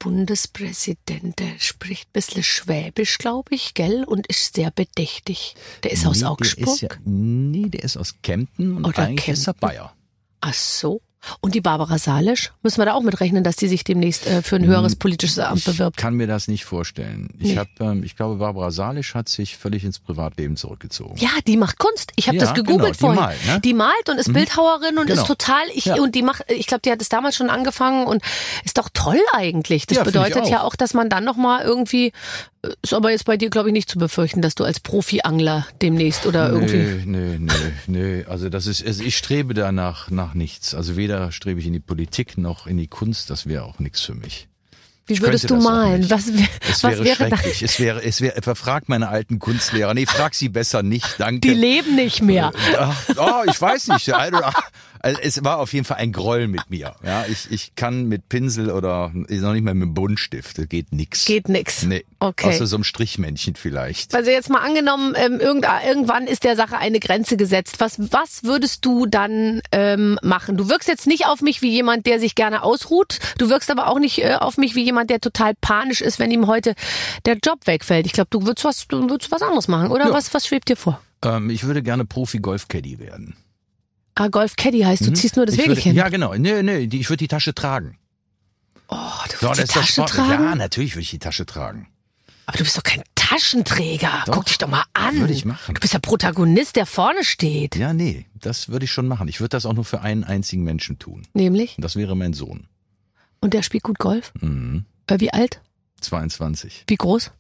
[SPEAKER 2] Bundespräsident, der spricht ein bisschen Schwäbisch, glaube ich, gell? Und ist sehr bedächtig. Der ist aus
[SPEAKER 4] Nee, Der
[SPEAKER 2] Augsburg.
[SPEAKER 4] ist ja, nee, der ist aus Kempten und
[SPEAKER 2] Oder
[SPEAKER 4] eigentlich ist er Bayer.
[SPEAKER 2] Ach so. Und die Barbara Salisch? Müssen wir da auch mit rechnen, dass die sich demnächst äh, für ein höheres politisches Amt
[SPEAKER 4] Hm, Ich
[SPEAKER 2] bewirbt?
[SPEAKER 4] kann mir das nicht vorstellen. Ich,
[SPEAKER 2] Nee.
[SPEAKER 4] hab, ähm, ich glaube, Barbara Salisch hat sich völlig ins Privatleben zurückgezogen.
[SPEAKER 2] Ja, die macht Kunst. Ich habe
[SPEAKER 4] Ja,
[SPEAKER 2] das gegoogelt
[SPEAKER 4] genau, die
[SPEAKER 2] vorhin.
[SPEAKER 4] malt, ne?
[SPEAKER 2] Die malt und ist Bildhauerin und
[SPEAKER 4] Genau.
[SPEAKER 2] ist total ich
[SPEAKER 4] Ja.
[SPEAKER 2] und die macht ich glaube, die hat es damals schon angefangen und ist doch toll eigentlich. Das
[SPEAKER 4] Ja, find ich
[SPEAKER 2] bedeutet ja
[SPEAKER 4] auch.
[SPEAKER 2] auch, dass man dann noch mal irgendwie äh, ist aber jetzt bei dir glaube ich nicht zu befürchten, dass du als Profi-Angler demnächst oder irgendwie
[SPEAKER 4] Nö, nö, nö, nö. Also das ist, also ich strebe danach nach nichts. Also weder strebe ich in die Politik noch in die Kunst. Das wäre auch nichts für mich.
[SPEAKER 2] Wie würdest
[SPEAKER 4] könnte
[SPEAKER 2] du
[SPEAKER 4] das auch
[SPEAKER 2] malen?
[SPEAKER 4] nicht.
[SPEAKER 2] Was, wär-
[SPEAKER 4] Es
[SPEAKER 2] was
[SPEAKER 4] wäre
[SPEAKER 2] wäre da?
[SPEAKER 4] schrecklich. Es wäre, es wäre, verfrag meine alten Kunstlehrer. Nee, frag sie besser nicht. Danke.
[SPEAKER 2] Die leben nicht
[SPEAKER 4] [laughs]
[SPEAKER 2] mehr.
[SPEAKER 4] Ach, oh, ich weiß nicht. Der eine oder- Also Es war auf jeden Fall ein Groll mit mir. Ja, ich, ich kann mit Pinsel oder noch nicht mal mit dem Buntstift. Das geht nix.
[SPEAKER 2] Geht nix.
[SPEAKER 4] Nee.
[SPEAKER 2] Okay.
[SPEAKER 4] Außer so einem Strichmännchen vielleicht.
[SPEAKER 2] Also jetzt mal angenommen, ähm, irgend, irgendwann ist der Sache eine Grenze gesetzt. Was, was würdest du dann ähm, machen? Du wirkst jetzt nicht auf mich wie jemand, der sich gerne ausruht. Du wirkst aber auch nicht äh, auf mich wie jemand, der total panisch ist, wenn ihm heute der Job wegfällt. Ich glaube, du würdest was, du würdest was anderes machen, oder?
[SPEAKER 4] Ja.
[SPEAKER 2] Was, was schwebt dir vor?
[SPEAKER 4] Ähm, ich würde gerne Profi-Golf-Caddy werden. Hm?
[SPEAKER 2] Ah, Golf Caddy heißt, du ziehst nur das
[SPEAKER 4] Mhm. Ich würde,
[SPEAKER 2] Wegelchen.
[SPEAKER 4] Ja, genau. Nö, nö, die, ich würde die Tasche tragen.
[SPEAKER 2] Oh, du
[SPEAKER 4] So,
[SPEAKER 2] würdest
[SPEAKER 4] das
[SPEAKER 2] die
[SPEAKER 4] ist doch
[SPEAKER 2] Tasche
[SPEAKER 4] sportlich.
[SPEAKER 2] tragen?
[SPEAKER 4] Ja, natürlich würde ich die Tasche tragen.
[SPEAKER 2] Aber du bist doch kein Taschenträger.
[SPEAKER 4] Doch.
[SPEAKER 2] Guck dich doch mal an.
[SPEAKER 4] Würde ich machen.
[SPEAKER 2] Du bist der Protagonist, der vorne steht.
[SPEAKER 4] Ja, nee, das würde ich schon machen. Ich würde das auch nur für einen einzigen Menschen tun.
[SPEAKER 2] Nämlich?
[SPEAKER 4] Und das wäre mein Sohn.
[SPEAKER 2] Und der spielt gut Golf?
[SPEAKER 4] Mhm.
[SPEAKER 2] Äh, wie alt?
[SPEAKER 4] 22,
[SPEAKER 2] Wie groß?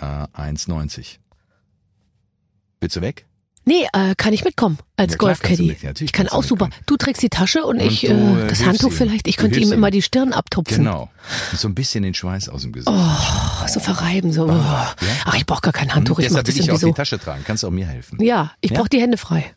[SPEAKER 4] äh, 1,90. Willst du weg?
[SPEAKER 2] Nee, äh, kann ich mitkommen als
[SPEAKER 4] Ja, klar kannst du
[SPEAKER 2] Golfcaddy.
[SPEAKER 4] mit- ja, natürlich
[SPEAKER 2] Ich kann
[SPEAKER 4] kannst du
[SPEAKER 2] auch super.
[SPEAKER 4] mitkommen.
[SPEAKER 2] Du trägst die Tasche und,
[SPEAKER 4] Und
[SPEAKER 2] ich
[SPEAKER 4] du,
[SPEAKER 2] äh,
[SPEAKER 4] äh,
[SPEAKER 2] das
[SPEAKER 4] hilfst
[SPEAKER 2] Handtuch
[SPEAKER 4] ihm.
[SPEAKER 2] vielleicht. Ich
[SPEAKER 4] Du
[SPEAKER 2] könnte ihm
[SPEAKER 4] hilfst ihm.
[SPEAKER 2] immer die Stirn abtupfen.
[SPEAKER 4] Genau. Und [laughs] so ein bisschen den Schweiß aus dem Gesicht.
[SPEAKER 2] Oh, so verreiben so. Ach, ich brauche gar kein Handtuch. Ich mach
[SPEAKER 4] Mhm. Hm? Deshalb
[SPEAKER 2] das
[SPEAKER 4] will ich
[SPEAKER 2] irgendwie
[SPEAKER 4] auch
[SPEAKER 2] so.
[SPEAKER 4] die Tasche tragen. Kannst du auch mir helfen?
[SPEAKER 2] Ja, ich
[SPEAKER 4] Ja? Oh.
[SPEAKER 2] brauche die Hände frei.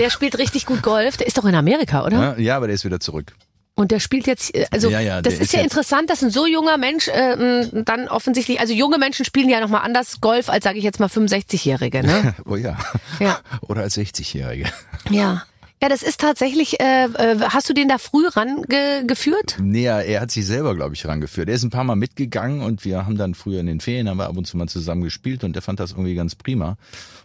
[SPEAKER 2] Der spielt richtig gut Golf. Der ist doch in Amerika, oder?
[SPEAKER 4] Ja, ja, aber der ist wieder zurück. [laughs]
[SPEAKER 2] Und der spielt jetzt, äh, also
[SPEAKER 4] Ja, ja,
[SPEAKER 2] das ist,
[SPEAKER 4] der ist
[SPEAKER 2] ja
[SPEAKER 4] jetzt-
[SPEAKER 2] interessant, dass ein so junger Mensch äh, m, dann offensichtlich, also junge Menschen spielen ja nochmal anders Golf als, sage ich jetzt mal, 65-Jährige, ne?
[SPEAKER 4] [laughs] Oh ja.
[SPEAKER 2] Ja.
[SPEAKER 4] Oder als 60-Jährige.
[SPEAKER 2] Ja. Ja, das ist tatsächlich, äh, äh, hast du den da früh rangeführt?
[SPEAKER 4] Nee, ja, er hat sich selber, glaube ich, rangeführt. Er ist ein paar Mal mitgegangen und wir haben dann früher in den Ferien, haben wir ab und zu mal zusammen gespielt und der fand das irgendwie ganz prima.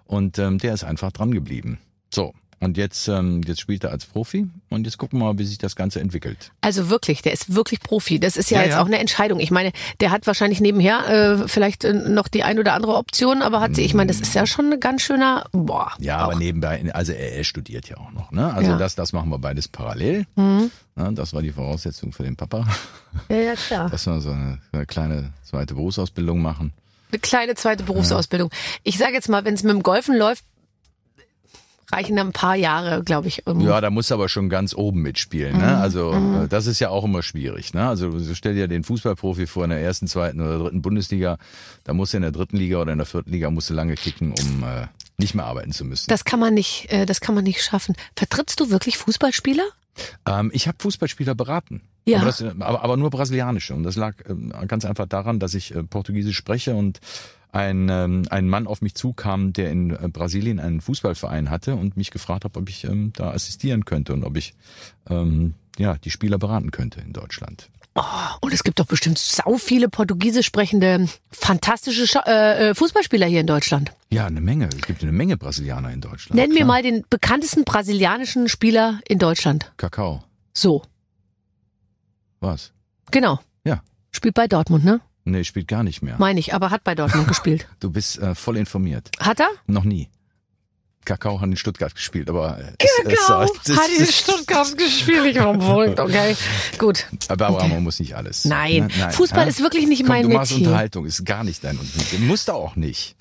[SPEAKER 4] Und ähm, der ist einfach dran geblieben. So, Und jetzt, ähm, jetzt spielt er als Profi und jetzt gucken wir mal, wie sich das Ganze entwickelt.
[SPEAKER 2] Also wirklich, der ist wirklich Profi. Das ist ja,
[SPEAKER 4] Ja,
[SPEAKER 2] jetzt
[SPEAKER 4] ja.
[SPEAKER 2] auch eine Entscheidung. Ich meine, der hat wahrscheinlich nebenher äh, vielleicht äh, noch die ein oder andere Option, aber hat sie, ich meine, das ist ja schon ein ganz schöner, boah.
[SPEAKER 4] Mm. Ja,
[SPEAKER 2] auch.
[SPEAKER 4] aber nebenbei, also er, er studiert ja auch noch. Ne? Also
[SPEAKER 2] Ja. Mhm.
[SPEAKER 4] das, das machen wir beides parallel. Ne? Das war die Voraussetzung für den Papa, [laughs]
[SPEAKER 2] Ja, ja, klar.
[SPEAKER 4] dass wir so eine, so eine kleine zweite Berufsausbildung machen.
[SPEAKER 2] Eine kleine zweite Berufsausbildung. Ich sage jetzt mal, wenn es mit dem Golfen läuft, reichen da ein paar Jahre, glaube ich. um-
[SPEAKER 4] Ja, da muss aber schon ganz oben mitspielen.
[SPEAKER 2] Mhm.
[SPEAKER 4] Ne? Also äh, das ist ja auch immer schwierig. Ne? Also so stell dir den Fußballprofi vor in der ersten, zweiten oder dritten Bundesliga. Da musst du in der dritten Liga oder in der vierten Liga musst du lange kicken, um äh, nicht mehr arbeiten zu müssen.
[SPEAKER 2] Das kann man nicht, äh, das kann man nicht schaffen. Vertrittst du wirklich Fußballspieler?
[SPEAKER 4] Ähm, ich habe Fußballspieler beraten.
[SPEAKER 2] Ja.
[SPEAKER 4] Aber, das, aber, aber nur brasilianische. Und das lag ähm, ganz einfach daran, dass ich äh, Portugiesisch spreche und ein, ähm, ein Mann auf mich zukam, der in äh, Brasilien einen Fußballverein hatte und mich gefragt hat, ob ich ähm, da assistieren könnte und ob ich ähm, ja, die Spieler beraten könnte in Deutschland.
[SPEAKER 2] Und es gibt doch bestimmt sau viele portugiesisch sprechende, fantastische Scha äh, äh, Fußballspieler hier in Deutschland.
[SPEAKER 4] Ja, eine Menge. Es gibt eine Menge Brasilianer in Deutschland.
[SPEAKER 2] Nenn mir
[SPEAKER 4] Klar.
[SPEAKER 2] mal den bekanntesten brasilianischen Spieler in Deutschland.
[SPEAKER 4] Kakao.
[SPEAKER 2] So,
[SPEAKER 4] Was?
[SPEAKER 2] genau.
[SPEAKER 4] Ja.
[SPEAKER 2] Spielt bei Dortmund, ne?
[SPEAKER 4] Nee, spielt gar nicht mehr.
[SPEAKER 2] Meine ich, aber hat bei
[SPEAKER 4] [laughs]
[SPEAKER 2] Dortmund gespielt.
[SPEAKER 4] Du bist äh, voll informiert.
[SPEAKER 2] Hat er?
[SPEAKER 4] Noch nie. Kakao hat in Stuttgart gespielt, aber äh,
[SPEAKER 2] Genau.
[SPEAKER 4] es, es,
[SPEAKER 2] Hat in Stuttgart gespielt. Ich war verrückt,
[SPEAKER 4] [laughs]
[SPEAKER 2] okay. Gut.
[SPEAKER 4] Aber Barbara,
[SPEAKER 2] Okay.
[SPEAKER 4] man muss nicht alles.
[SPEAKER 2] Nein.
[SPEAKER 4] Ne?
[SPEAKER 2] Fußball
[SPEAKER 4] Hä?
[SPEAKER 2] ist wirklich nicht
[SPEAKER 4] Komm,
[SPEAKER 2] mein
[SPEAKER 4] Du machst
[SPEAKER 2] Metier.
[SPEAKER 4] Unterhaltung, ist gar nicht dein Metier. Musst du auch nicht.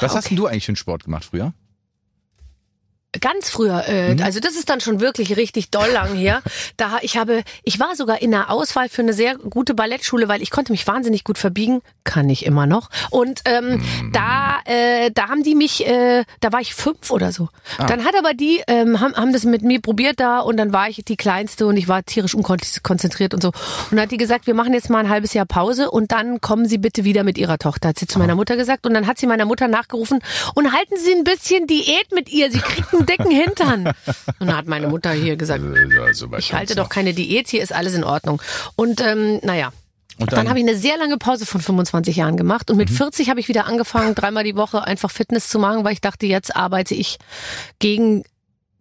[SPEAKER 4] Was hast
[SPEAKER 2] Okay.
[SPEAKER 4] denn du eigentlich für einen Sport gemacht früher?
[SPEAKER 2] Ganz früher, äh, also das ist dann schon wirklich richtig doll lang her. Da ha- ich habe, ich war sogar in der Auswahl für eine sehr gute Ballettschule, weil ich konnte mich wahnsinnig gut verbiegen, kann ich immer noch. Und ähm, da, äh, da haben die mich, äh, da war ich fünf oder so. Dann hat aber die ähm, haben, haben das mit mir probiert da und dann war ich die kleinste und ich war tierisch unkonzentriert und so. Und dann hat die gesagt, wir machen jetzt mal ein halbes Jahr Pause und dann kommen Sie bitte wieder mit Ihrer Tochter. Hat sie zu meiner Mutter gesagt und dann hat sie meiner Mutter nachgerufen und halten Sie ein bisschen Diät mit ihr. Sie kriegt einen dicken Hintern. Und dann hat meine Mutter hier gesagt, ich halte
[SPEAKER 4] Also.
[SPEAKER 2] doch keine Diät, hier ist alles in Ordnung. Und ähm, naja.
[SPEAKER 4] Und
[SPEAKER 2] dann
[SPEAKER 4] dann- Mhm.
[SPEAKER 2] habe ich eine sehr lange Pause von 25 Jahren gemacht und mit 40 habe ich wieder angefangen, dreimal die Woche einfach Fitness zu machen, weil ich dachte, jetzt arbeite ich gegen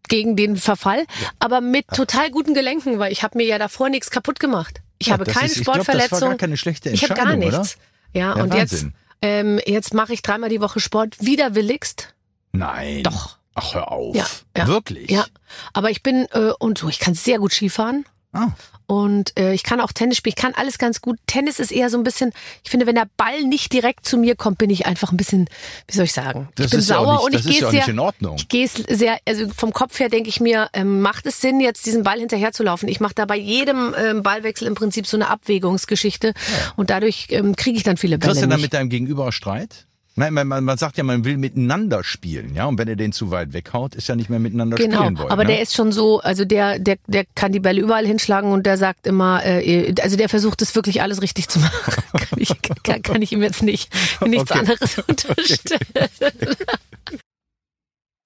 [SPEAKER 2] gegen den Verfall, aber
[SPEAKER 4] Ah.
[SPEAKER 2] mit total guten Gelenken, weil ich habe mir ja davor nichts kaputt gemacht. Ich
[SPEAKER 4] Ja,
[SPEAKER 2] habe
[SPEAKER 4] das
[SPEAKER 2] keine
[SPEAKER 4] ist- ich glaub, das war
[SPEAKER 2] Sportverletzung.
[SPEAKER 4] gar keine schlechte
[SPEAKER 2] Ich habe gar
[SPEAKER 4] Entscheidung, oder?
[SPEAKER 2] nichts. Ja,
[SPEAKER 4] Ja,
[SPEAKER 2] und
[SPEAKER 4] Wahnsinn.
[SPEAKER 2] jetzt ähm, jetzt mache ich dreimal die Woche Sport, widerwilligst.
[SPEAKER 4] Nein.
[SPEAKER 2] Doch.
[SPEAKER 4] Ach, hör auf.
[SPEAKER 2] Ja, ja.
[SPEAKER 4] Wirklich?
[SPEAKER 2] Ja, aber ich bin äh, und so, ich kann sehr gut Skifahren.
[SPEAKER 4] Ah,
[SPEAKER 2] Und äh, ich kann auch Tennis spielen, ich kann alles ganz gut. Tennis ist eher so ein bisschen, ich finde, wenn der Ball nicht direkt zu mir kommt, bin ich einfach ein bisschen, wie soll ich sagen,
[SPEAKER 4] das
[SPEAKER 2] ich bin
[SPEAKER 4] ist ja
[SPEAKER 2] sauer
[SPEAKER 4] auch nicht,
[SPEAKER 2] und
[SPEAKER 4] das
[SPEAKER 2] ich
[SPEAKER 4] ist
[SPEAKER 2] gehe
[SPEAKER 4] ja auch
[SPEAKER 2] sehr,
[SPEAKER 4] nicht in Ordnung.
[SPEAKER 2] ich gehe es sehr, also vom Kopf her denke ich mir, ähm, macht es Sinn, jetzt diesen Ball hinterherzulaufen? Ich mache da bei jedem ähm, Ballwechsel im Prinzip so eine Abwägungsgeschichte und dadurch ähm, kriege ich dann viele Bälle.
[SPEAKER 4] Kriegst du dann
[SPEAKER 2] nicht.
[SPEAKER 4] mit deinem Gegenüber auch Streit? Nein, man, man, man sagt ja, man will miteinander spielen, ja. Und wenn er den zu weit weghaut, ist ja nicht mehr miteinander
[SPEAKER 2] Genau,
[SPEAKER 4] spielen wollen.
[SPEAKER 2] aber
[SPEAKER 4] ne?
[SPEAKER 2] der ist schon so, also der, der, der kann die Bälle überall hinschlagen und der sagt immer, äh, also der versucht es wirklich alles richtig zu machen. [laughs] Kann ich, kann, kann ich ihm jetzt nicht nichts
[SPEAKER 4] Okay.
[SPEAKER 2] anderes [laughs] unterstellen.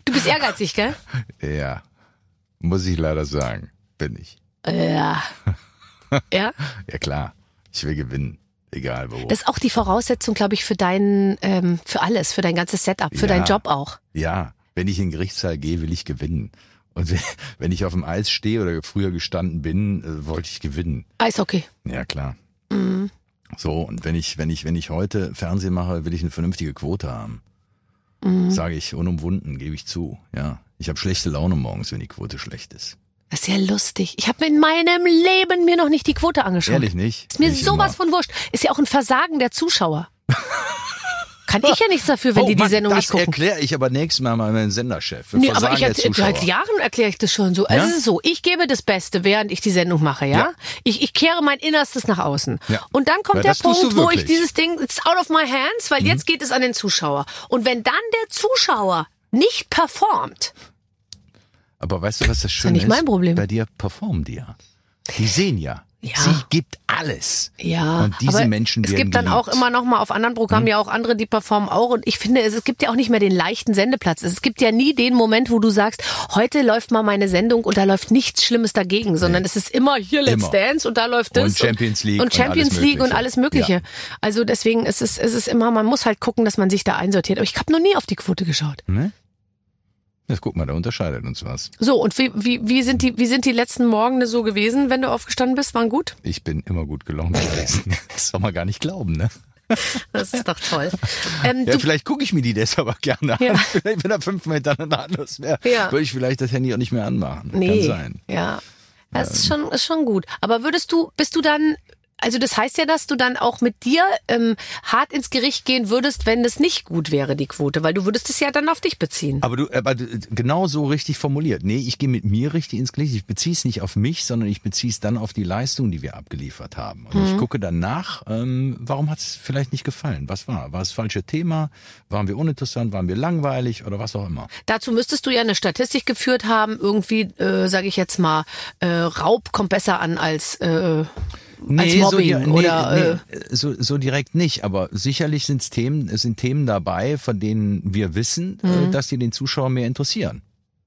[SPEAKER 2] Du bist ehrgeizig, gell?
[SPEAKER 4] Ja. Muss ich leider sagen. Bin ich.
[SPEAKER 2] Ja. Ja.
[SPEAKER 4] Ja, klar. Ich will gewinnen. Egal wo.
[SPEAKER 2] Das ist auch die Voraussetzung, glaube ich, für deinen, ähm, für alles, für dein ganzes Setup, für
[SPEAKER 4] Ja.
[SPEAKER 2] deinen Job auch.
[SPEAKER 4] Ja, wenn ich in den Gerichtssaal gehe, will ich gewinnen. Und [laughs] wenn- wenn ich auf dem Eis stehe oder früher gestanden bin, äh, wollte ich gewinnen.
[SPEAKER 2] Eishockey.
[SPEAKER 4] Ja, klar.
[SPEAKER 2] Mhm.
[SPEAKER 4] So, und wenn ich, wenn ich, wenn ich heute Fernsehen mache, will ich eine vernünftige Quote haben.
[SPEAKER 2] Mhm.
[SPEAKER 4] Sage ich unumwunden, gebe ich zu. Ja. Ich habe schlechte Laune morgens, wenn die Quote schlecht ist.
[SPEAKER 2] Das ist ja lustig. Ich habe in meinem Leben mir noch nicht die Quote angeschaut.
[SPEAKER 4] Ehrlich nicht?
[SPEAKER 2] Ist mir
[SPEAKER 4] Bin ich
[SPEAKER 2] sowas
[SPEAKER 4] immer-
[SPEAKER 2] von wurscht. Ist ja auch ein Versagen der
[SPEAKER 4] [laughs]
[SPEAKER 2] Zuschauer. Kann ich ja nichts dafür, wenn
[SPEAKER 4] oh,
[SPEAKER 2] die die
[SPEAKER 4] Mann,
[SPEAKER 2] Sendung
[SPEAKER 4] das
[SPEAKER 2] nicht gucken.
[SPEAKER 4] erkläre ich aber nächstes Mal meinem Senderchef. Für
[SPEAKER 2] Nee, aber
[SPEAKER 4] Versagen
[SPEAKER 2] ich
[SPEAKER 4] der
[SPEAKER 2] erkläre- seit
[SPEAKER 4] Zuschauer.
[SPEAKER 2] Jahren erkläre ich das schon so. Also
[SPEAKER 4] Ja?
[SPEAKER 2] Es ist so, ich gebe das Beste, während ich die Sendung mache, ja?
[SPEAKER 4] Ja.
[SPEAKER 2] Ich, ich kehre mein Innerstes nach außen.
[SPEAKER 4] Ja.
[SPEAKER 2] Und dann kommt
[SPEAKER 4] Ja,
[SPEAKER 2] der
[SPEAKER 4] das tust
[SPEAKER 2] Punkt,
[SPEAKER 4] du
[SPEAKER 2] wo ich
[SPEAKER 4] wirklich. Mhm.
[SPEAKER 2] dieses Ding, it's out of my hands, weil jetzt geht es an den Zuschauer. Und wenn dann der Zuschauer nicht performt,
[SPEAKER 4] Aber weißt du, was das Schöne
[SPEAKER 2] nicht mein Problem.
[SPEAKER 4] Bei dir performen die ja. Die sehen ja.
[SPEAKER 2] Ja.
[SPEAKER 4] Sie gibt alles.
[SPEAKER 2] Ja,
[SPEAKER 4] Und diese
[SPEAKER 2] aber
[SPEAKER 4] Menschen
[SPEAKER 2] es
[SPEAKER 4] werden
[SPEAKER 2] gibt dann
[SPEAKER 4] geliebt. Hm?
[SPEAKER 2] auch immer noch mal auf anderen Programmen ja auch andere, die performen auch. Und ich finde, es, es gibt ja auch nicht mehr den leichten Sendeplatz. Es gibt ja nie den Moment, wo du sagst, heute läuft mal meine Sendung und da läuft nichts Schlimmes dagegen, sondern es ist immer hier Let's
[SPEAKER 4] Immer.
[SPEAKER 2] Dance und da läuft das
[SPEAKER 4] Und Champions League
[SPEAKER 2] und
[SPEAKER 4] und
[SPEAKER 2] Champions
[SPEAKER 4] alles
[SPEAKER 2] League und
[SPEAKER 4] Mögliche.
[SPEAKER 2] alles Mögliche.
[SPEAKER 4] Ja.
[SPEAKER 2] Also deswegen ist es, es ist immer, man muss halt gucken, dass man sich da einsortiert. Aber ich habe noch nie auf die Quote geschaut.
[SPEAKER 4] Ne? Jetzt Ne? guck mal, da unterscheidet uns was.
[SPEAKER 2] So, und wie, wie, wie, sind die, wie sind die letzten Morgene so gewesen, wenn du aufgestanden bist? Waren gut?
[SPEAKER 4] Ich bin immer gut gelaunt
[SPEAKER 2] [laughs]
[SPEAKER 4] gewesen. Das soll man gar nicht glauben, ne?
[SPEAKER 2] Das ist doch toll. Ähm,
[SPEAKER 4] Ja,
[SPEAKER 2] du,
[SPEAKER 4] vielleicht gucke ich mir die deshalb aber gerne an.
[SPEAKER 2] Ja.
[SPEAKER 4] [laughs] Vielleicht, wenn da fünfmal hintereinander anders wäre,
[SPEAKER 2] Ja.
[SPEAKER 4] würde ich vielleicht das Handy auch nicht mehr anmachen.
[SPEAKER 2] nee.
[SPEAKER 4] Kann sein. Ähm.
[SPEAKER 2] Ja. Das ist schon, ist schon gut. Aber würdest du, bist du dann, also das heißt ja, dass du dann auch mit dir ähm, hart ins Gericht gehen würdest, wenn es nicht gut wäre, die Quote, weil du würdest es ja dann auf dich beziehen.
[SPEAKER 4] Aber du, aber du- genau so richtig formuliert. Nee, ich gehe mit mir richtig ins Gericht. Ich beziehe es nicht auf mich, sondern ich beziehe es dann auf die Leistung, die wir abgeliefert haben. Und
[SPEAKER 2] Mhm.
[SPEAKER 4] ich gucke danach, ähm, warum hat es vielleicht nicht gefallen? Was war? War es das falsche Thema? Waren wir uninteressant? Waren wir langweilig oder was auch immer?
[SPEAKER 2] Dazu müsstest du ja eine Statistik geführt haben, irgendwie, äh, sage ich jetzt mal, äh, Raub kommt besser an als, äh, als Mobbing
[SPEAKER 4] so di- nee,
[SPEAKER 2] oder... äh,
[SPEAKER 4] nee, so, so direkt nicht, aber sicherlich sind's Themen, es sind Themen dabei, von denen wir wissen, äh,
[SPEAKER 2] Mhm.
[SPEAKER 4] dass die den Zuschauer mehr interessieren.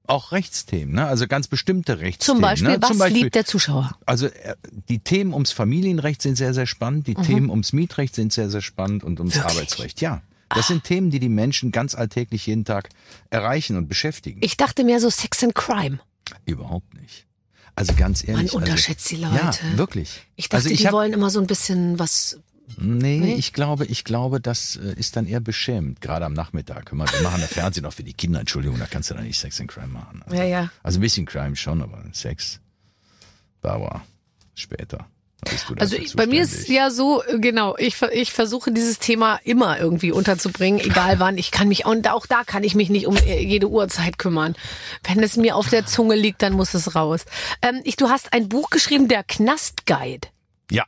[SPEAKER 4] Auch Rechtsthemen, ne? also ganz bestimmte Rechtsthemen.
[SPEAKER 2] Zum Beispiel,
[SPEAKER 4] ne?
[SPEAKER 2] was
[SPEAKER 4] Zum Beispiel,
[SPEAKER 2] liebt der Zuschauer?
[SPEAKER 4] Also äh, die Themen ums Familienrecht sind sehr, sehr spannend, die Themen ums Mietrecht sind sehr, sehr spannend und ums
[SPEAKER 2] Mhm. Wirklich? Ah.
[SPEAKER 4] Arbeitsrecht, ja. Das sind Themen, die die Menschen ganz alltäglich jeden Tag erreichen und beschäftigen.
[SPEAKER 2] Ich dachte mehr so Sex and Crime.
[SPEAKER 4] Überhaupt nicht. Also ganz ehrlich.
[SPEAKER 2] unterschätzt die
[SPEAKER 4] also,
[SPEAKER 2] Leute.
[SPEAKER 4] Ja, wirklich.
[SPEAKER 2] Ich dachte,
[SPEAKER 4] also ich
[SPEAKER 2] die
[SPEAKER 4] hab-
[SPEAKER 2] wollen immer so ein bisschen was.
[SPEAKER 4] Nee, ich glaube, ich glaube, das äh, ist dann eher beschämt, gerade am Nachmittag. Hör mal, wir machen ja Fernsehen noch für die Kinder, Entschuldigung, da kannst du dann nicht Sex and Crime machen. Also,
[SPEAKER 2] Ja, ja.
[SPEAKER 4] also ein bisschen Crime schon, aber Sex, Bauer, später. Da bist du
[SPEAKER 2] Also
[SPEAKER 4] dafür
[SPEAKER 2] ich, bei mir ist
[SPEAKER 4] zuständig.
[SPEAKER 2] ja so, äh, genau, ich, ver- ich versuche dieses Thema immer irgendwie unterzubringen, egal wann. Ich kann mich, und auch da kann ich mich nicht um äh, jede Uhrzeit kümmern. Wenn es mir auf der Zunge liegt, dann muss es raus. Ähm, ich, du hast ein Buch geschrieben, der Knastguide.
[SPEAKER 4] Ja,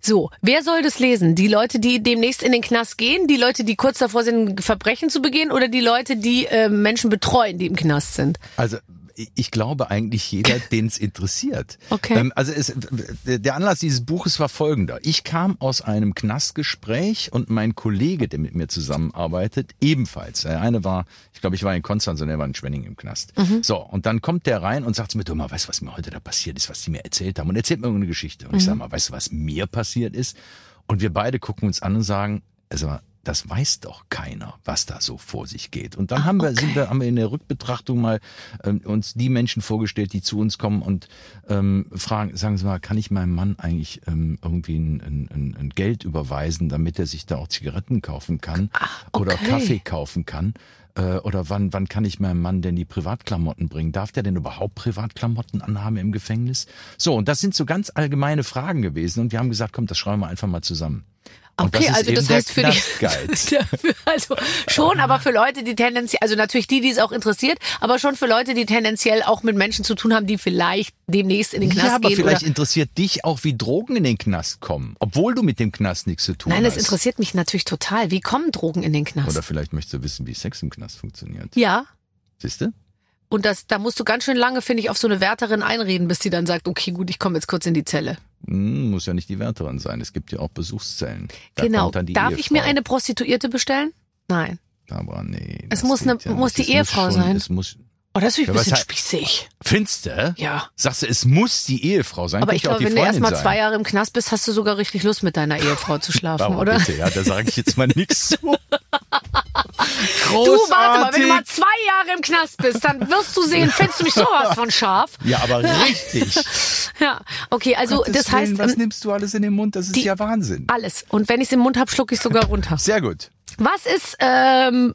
[SPEAKER 2] So, wer soll das lesen? Die Leute, die demnächst in den Knast gehen, die Leute, die kurz davor sind, Verbrechen zu begehen, oder die Leute, die äh, Menschen betreuen, die im Knast sind?
[SPEAKER 4] also ich- ich glaube eigentlich jeder, den es interessiert.
[SPEAKER 2] Okay.
[SPEAKER 4] Ähm, also es, der Anlass dieses Buches war folgender. Ich kam aus einem Knastgespräch und mein Kollege, der mit mir zusammenarbeitet, ebenfalls. Der eine war, ich glaube, ich war in Konstanz und er war in Schwenning im Knast. So, und dann kommt der rein und sagt zu mir, du mal, weißt du, was mir heute da passiert ist, was die mir erzählt haben? Und erzählt mir irgendeine Geschichte. Und ich sage mal, weißt du, was mir passiert ist? Und wir beide gucken uns an und sagen, also das weiß doch keiner, was da so vor sich geht. Und dann haben wir, sind wir, haben wir in der Rückbetrachtung mal ähm, uns die Menschen vorgestellt, die zu uns kommen und ähm, fragen, sagen Sie mal, kann ich meinem Mann eigentlich ähm, irgendwie ein, ein, ein, ein Geld überweisen, damit er sich da auch Zigaretten kaufen kann oder
[SPEAKER 2] Ah, okay.
[SPEAKER 4] Kaffee kaufen kann? Äh, Oder wann, wann kann ich meinem Mann denn die Privatklamotten bringen? Darf der denn überhaupt Privatklamotten anhaben im Gefängnis? So, und das sind so ganz allgemeine Fragen gewesen. Und wir haben gesagt, komm, das schreiben wir einfach mal zusammen. Und
[SPEAKER 2] Okay,
[SPEAKER 4] ist
[SPEAKER 2] also
[SPEAKER 4] eben
[SPEAKER 2] das
[SPEAKER 4] der
[SPEAKER 2] heißt für die, [laughs]
[SPEAKER 4] Knastgeiz.
[SPEAKER 2] Ja, für, also schon, aber für Leute, die tendenziell, also natürlich die, die es auch interessiert, aber schon für Leute, die tendenziell auch mit Menschen zu tun haben, die vielleicht demnächst in den Knast
[SPEAKER 4] Ja, aber
[SPEAKER 2] gehen.
[SPEAKER 4] vielleicht
[SPEAKER 2] oder,
[SPEAKER 4] interessiert dich auch, wie Drogen in den Knast kommen, obwohl du mit dem Knast nichts zu tun
[SPEAKER 2] nein,
[SPEAKER 4] hast.
[SPEAKER 2] das interessiert mich natürlich total. Wie kommen Drogen in den Knast?
[SPEAKER 4] Oder vielleicht möchtest du wissen, wie Sex im Knast funktioniert.
[SPEAKER 2] ja.
[SPEAKER 4] Siehst du?
[SPEAKER 2] Und das, da musst du ganz schön lange, finde ich, auf so eine Wärterin einreden, bis die dann sagt, okay, gut, ich komme jetzt kurz in die Zelle.
[SPEAKER 4] Hm, muss ja nicht die Wärterin sein. Es gibt ja auch Besuchszellen. Da
[SPEAKER 2] genau.
[SPEAKER 4] kommt dann die
[SPEAKER 2] Darf
[SPEAKER 4] Ehefrau.
[SPEAKER 2] ich mir eine Prostituierte bestellen? Nein.
[SPEAKER 4] Barbara, nee.
[SPEAKER 2] Es
[SPEAKER 4] das
[SPEAKER 2] muss
[SPEAKER 4] geht
[SPEAKER 2] eine-
[SPEAKER 4] ja
[SPEAKER 2] muss
[SPEAKER 4] nicht.
[SPEAKER 2] die
[SPEAKER 4] Es
[SPEAKER 2] Ehefrau
[SPEAKER 4] schon,
[SPEAKER 2] sein.
[SPEAKER 4] Es muss,
[SPEAKER 2] Oh, das finde ich
[SPEAKER 4] Ja,
[SPEAKER 2] ein
[SPEAKER 4] was
[SPEAKER 2] bisschen
[SPEAKER 4] halt-
[SPEAKER 2] spießig.
[SPEAKER 4] findest du?
[SPEAKER 2] Ja.
[SPEAKER 4] Sagst du, es muss die Ehefrau sein?
[SPEAKER 2] Aber
[SPEAKER 4] Könnte
[SPEAKER 2] ich
[SPEAKER 4] ja auch
[SPEAKER 2] glaube, wenn
[SPEAKER 4] die
[SPEAKER 2] du
[SPEAKER 4] Freundin
[SPEAKER 2] erstmal
[SPEAKER 4] sein.
[SPEAKER 2] zwei Jahre im Knast bist, hast du sogar richtig Lust, mit deiner Ehefrau
[SPEAKER 4] [laughs]
[SPEAKER 2] zu schlafen,
[SPEAKER 4] Barbara,
[SPEAKER 2] oder?
[SPEAKER 4] Bitte, ja, da sage ich
[SPEAKER 2] [laughs]
[SPEAKER 4] jetzt mal nichts zu.
[SPEAKER 2] Du,
[SPEAKER 4] Großartig.
[SPEAKER 2] warte mal, wenn du mal zwei Jahre im Knast bist, dann wirst du sehen, findest du mich sowas von scharf.
[SPEAKER 4] ja,
[SPEAKER 2] [laughs]
[SPEAKER 4] aber richtig.
[SPEAKER 2] Ja, okay, also
[SPEAKER 4] Gottes
[SPEAKER 2] das heißt
[SPEAKER 4] Willen, was
[SPEAKER 2] ähm,
[SPEAKER 4] nimmst du alles in den Mund? Das ist
[SPEAKER 2] die- Ah.
[SPEAKER 4] ja Wahnsinn.
[SPEAKER 2] alles. Und wenn ich es im Mund hab, schluck ich sogar runter.
[SPEAKER 4] Sehr gut.
[SPEAKER 2] Was ist, ähm,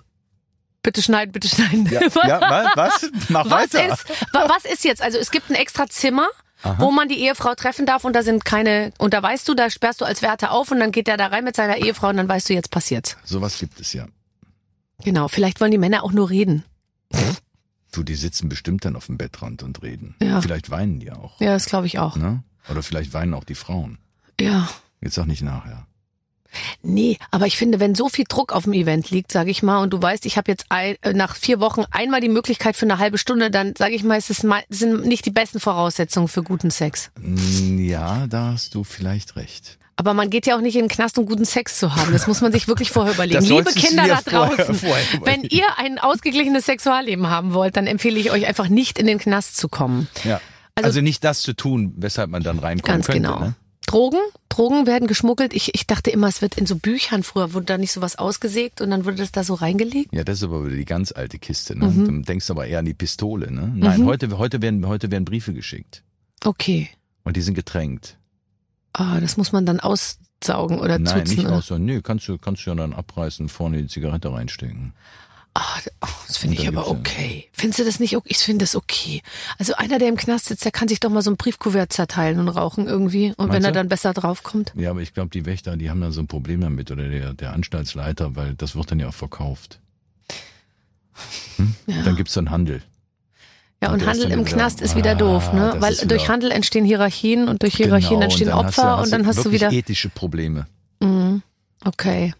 [SPEAKER 2] bitte schneiden, bitte schneiden. [laughs]
[SPEAKER 4] Ja, ja wa- was? Mach
[SPEAKER 2] Was
[SPEAKER 4] weiter.
[SPEAKER 2] ist, wa- was ist jetzt? Also es gibt ein extra Zimmer, wo man die Ehefrau treffen darf und da sind keine, und da weißt du, da sperrst du als Wärter auf und dann geht der da rein mit seiner Ehefrau und dann weißt du, jetzt passiert's.
[SPEAKER 4] Sowas gibt es ja.
[SPEAKER 2] Genau, vielleicht wollen die Männer auch nur reden.
[SPEAKER 4] Du, die sitzen bestimmt dann auf dem Bettrand und reden.
[SPEAKER 2] Ja.
[SPEAKER 4] Vielleicht weinen die auch.
[SPEAKER 2] Ja, das glaube ich auch.
[SPEAKER 4] Ne? Oder vielleicht weinen auch die Frauen.
[SPEAKER 2] Ja.
[SPEAKER 4] Jetzt auch nicht nachher.
[SPEAKER 2] Nee, aber ich finde, wenn so viel Druck auf dem Event liegt, sage ich mal, und du weißt, ich habe jetzt ein, äh, nach vier Wochen einmal die Möglichkeit für eine halbe Stunde, dann sage ich mal, es ist mei- sind nicht die besten Voraussetzungen für guten Sex.
[SPEAKER 4] Mm, Ja, da hast du vielleicht recht.
[SPEAKER 2] Aber man geht ja auch nicht in den Knast, um guten Sex zu haben. Das muss man sich wirklich vorher überlegen.
[SPEAKER 4] Das
[SPEAKER 2] Liebe
[SPEAKER 4] solltest du
[SPEAKER 2] Kinder
[SPEAKER 4] dir [laughs]
[SPEAKER 2] da
[SPEAKER 4] vorher-
[SPEAKER 2] draußen,
[SPEAKER 4] vorher
[SPEAKER 2] wenn
[SPEAKER 4] überlegen.
[SPEAKER 2] ihr ein ausgeglichenes Sexualleben haben wollt, dann empfehle ich euch einfach nicht in den Knast zu kommen.
[SPEAKER 4] Ja.
[SPEAKER 2] Also-
[SPEAKER 4] Also, nicht das zu tun, weshalb man dann reinkommen
[SPEAKER 2] Ganz
[SPEAKER 4] könnte.
[SPEAKER 2] genau.
[SPEAKER 4] Ne?
[SPEAKER 2] Drogen, Drogen werden geschmuggelt. Ich, ich dachte immer, es wird in so Büchern früher, wurde da nicht sowas ausgesägt und dann wurde das da so reingelegt.
[SPEAKER 4] Ja, das ist aber wieder die ganz alte Kiste. Ne?
[SPEAKER 2] Mhm.
[SPEAKER 4] Dann denkst du aber eher an die Pistole. Ne? Nein, heute, heute, werden, heute werden Briefe geschickt.
[SPEAKER 2] Okay.
[SPEAKER 4] Und die sind getränkt.
[SPEAKER 2] Ah, das muss man dann aussaugen oder
[SPEAKER 4] Nein,
[SPEAKER 2] zutzen.
[SPEAKER 4] nicht
[SPEAKER 2] oder?
[SPEAKER 4] aus. Nee, kannst du, kannst du ja dann abreißen, vorne die Zigarette reinstecken.
[SPEAKER 2] Ah, d- oh, das finde
[SPEAKER 4] Und
[SPEAKER 2] ich
[SPEAKER 4] dann
[SPEAKER 2] aber
[SPEAKER 4] gibt's
[SPEAKER 2] okay. Findest du das nicht okay? Ich finde das okay. Also einer, der im Knast sitzt, der kann sich doch mal so ein Briefkuvert zerteilen und rauchen irgendwie. Und wenn
[SPEAKER 4] Meinst
[SPEAKER 2] er
[SPEAKER 4] du?
[SPEAKER 2] dann besser draufkommt.
[SPEAKER 4] Ja, aber ich glaube, die Wächter, die haben da so ein Problem damit oder der, der Anstaltsleiter, weil das wird dann ja auch verkauft.
[SPEAKER 2] Ja.
[SPEAKER 4] Dann gibt's so einen Handel.
[SPEAKER 2] Ja, und
[SPEAKER 4] Und der ist
[SPEAKER 2] Handel
[SPEAKER 4] dann
[SPEAKER 2] im
[SPEAKER 4] wieder-
[SPEAKER 2] Knast ist wieder
[SPEAKER 4] Ah,
[SPEAKER 2] doof, ne?
[SPEAKER 4] das
[SPEAKER 2] Weil
[SPEAKER 4] ist wieder-
[SPEAKER 2] durch Handel entstehen Hierarchien und durch Hierarchien
[SPEAKER 4] Genau,
[SPEAKER 2] entstehen
[SPEAKER 4] dann hast du-
[SPEAKER 2] Opfer und dann hast du
[SPEAKER 4] wirklich eh
[SPEAKER 2] wieder.
[SPEAKER 4] ethische Probleme.
[SPEAKER 2] Mhm. Okay.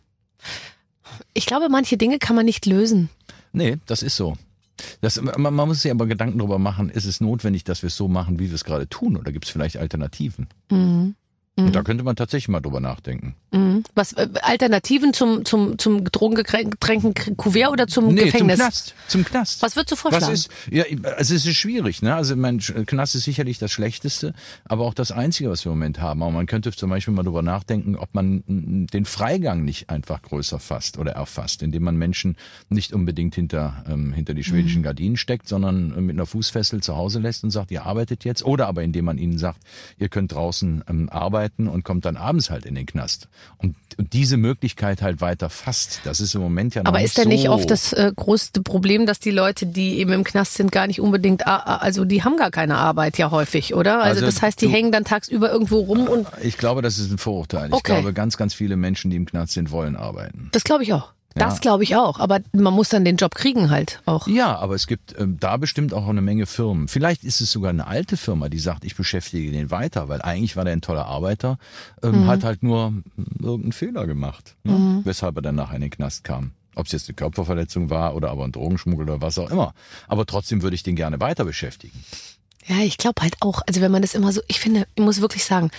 [SPEAKER 2] Ich glaube, manche Dinge kann man nicht lösen.
[SPEAKER 4] Nee, das ist so. Das, man, man muss sich aber Gedanken darüber machen, ist es notwendig, dass wir es so machen, wie wir es gerade tun, oder gibt's vielleicht Alternativen?
[SPEAKER 2] Mhm. Mhm.
[SPEAKER 4] Und da könnte man tatsächlich mal drüber nachdenken.
[SPEAKER 2] Mhm. Was äh, Alternativen zum zum zum Drogengetränken Kuvert oder zum
[SPEAKER 4] nee,
[SPEAKER 2] Gefängnis?
[SPEAKER 4] zum Knast. Zum Knast.
[SPEAKER 2] Was würdest du
[SPEAKER 4] Was
[SPEAKER 2] vorschlagen?
[SPEAKER 4] ist, ja, also es ist schwierig, ne? Also mein Sch- Knast ist sicherlich das Schlechteste, aber auch das Einzige, was wir im Moment haben. Aber man könnte zum Beispiel mal darüber nachdenken, ob man mm, den Freigang nicht einfach größer fasst oder erfasst, indem man Menschen nicht unbedingt hinter, ähm, hinter die schwedischen
[SPEAKER 2] Mhm.
[SPEAKER 4] Gardinen steckt, sondern äh, mit einer Fußfessel zu Hause lässt und sagt, ihr arbeitet jetzt. Oder aber indem man ihnen sagt, ihr könnt draußen ähm, arbeiten und kommt dann abends halt in den Knast. Und, und diese Möglichkeit halt weiter fasst. Das ist im Moment ja noch
[SPEAKER 2] Aber
[SPEAKER 4] nicht
[SPEAKER 2] ist denn
[SPEAKER 4] so.
[SPEAKER 2] nicht oft das äh, größte Problem, dass die Leute, die eben im Knast sind, gar nicht unbedingt, a- a- also die haben gar keine Arbeit ja häufig, oder? Also,
[SPEAKER 4] Also
[SPEAKER 2] das heißt, die
[SPEAKER 4] du-
[SPEAKER 2] hängen dann tagsüber irgendwo rum und
[SPEAKER 4] Ich glaube, das ist ein Vorurteil. Ich
[SPEAKER 2] Okay.
[SPEAKER 4] glaube, ganz, ganz viele Menschen, die im Knast sind, wollen arbeiten.
[SPEAKER 2] das glaube ich auch. Das
[SPEAKER 4] Ja.
[SPEAKER 2] glaube ich auch. Aber man muss dann den Job kriegen halt auch.
[SPEAKER 4] Ja, aber es gibt ähm, da bestimmt auch eine Menge Firmen. Vielleicht ist es sogar eine alte Firma, die sagt, ich beschäftige den weiter, weil eigentlich war der ein toller Arbeiter, ähm, hat halt nur irgendeinen Fehler gemacht, ne? weshalb er dann nachher in den Knast kam. Ob es jetzt eine Körperverletzung war oder aber ein Drogenschmuggel oder was auch immer. Aber trotzdem würde ich den gerne weiter beschäftigen.
[SPEAKER 2] Ja, ich glaube halt auch. Also wenn man das immer so, ich finde, ich muss wirklich sagen,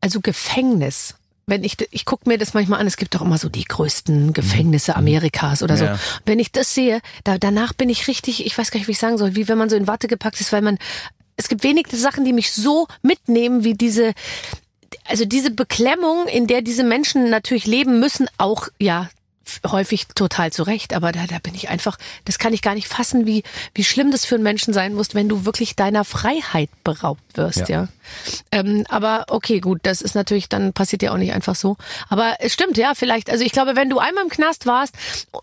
[SPEAKER 2] also Gefängnis. Wenn ich, ich gucke mir das manchmal an, es gibt doch immer so die größten Gefängnisse Amerikas oder so.
[SPEAKER 4] Ja.
[SPEAKER 2] Wenn ich das sehe, da, danach bin ich richtig, ich weiß gar nicht, wie ich sagen soll, wie wenn man so in Watte gepackt ist, weil man, es gibt wenige Sachen, die mich so mitnehmen, wie diese, also diese Beklemmung, in der diese Menschen natürlich leben müssen, auch, ja, f- häufig total zu Recht, aber da, da bin ich einfach, das kann ich gar nicht fassen, wie, wie schlimm das für einen Menschen sein muss, wenn du wirklich deiner Freiheit beraubt wirst, ja.
[SPEAKER 4] Ja.
[SPEAKER 2] Ähm, aber okay, gut, das ist natürlich, dann passiert ja auch nicht einfach so. Aber es stimmt, ja, vielleicht, also ich glaube, wenn du einmal im Knast warst,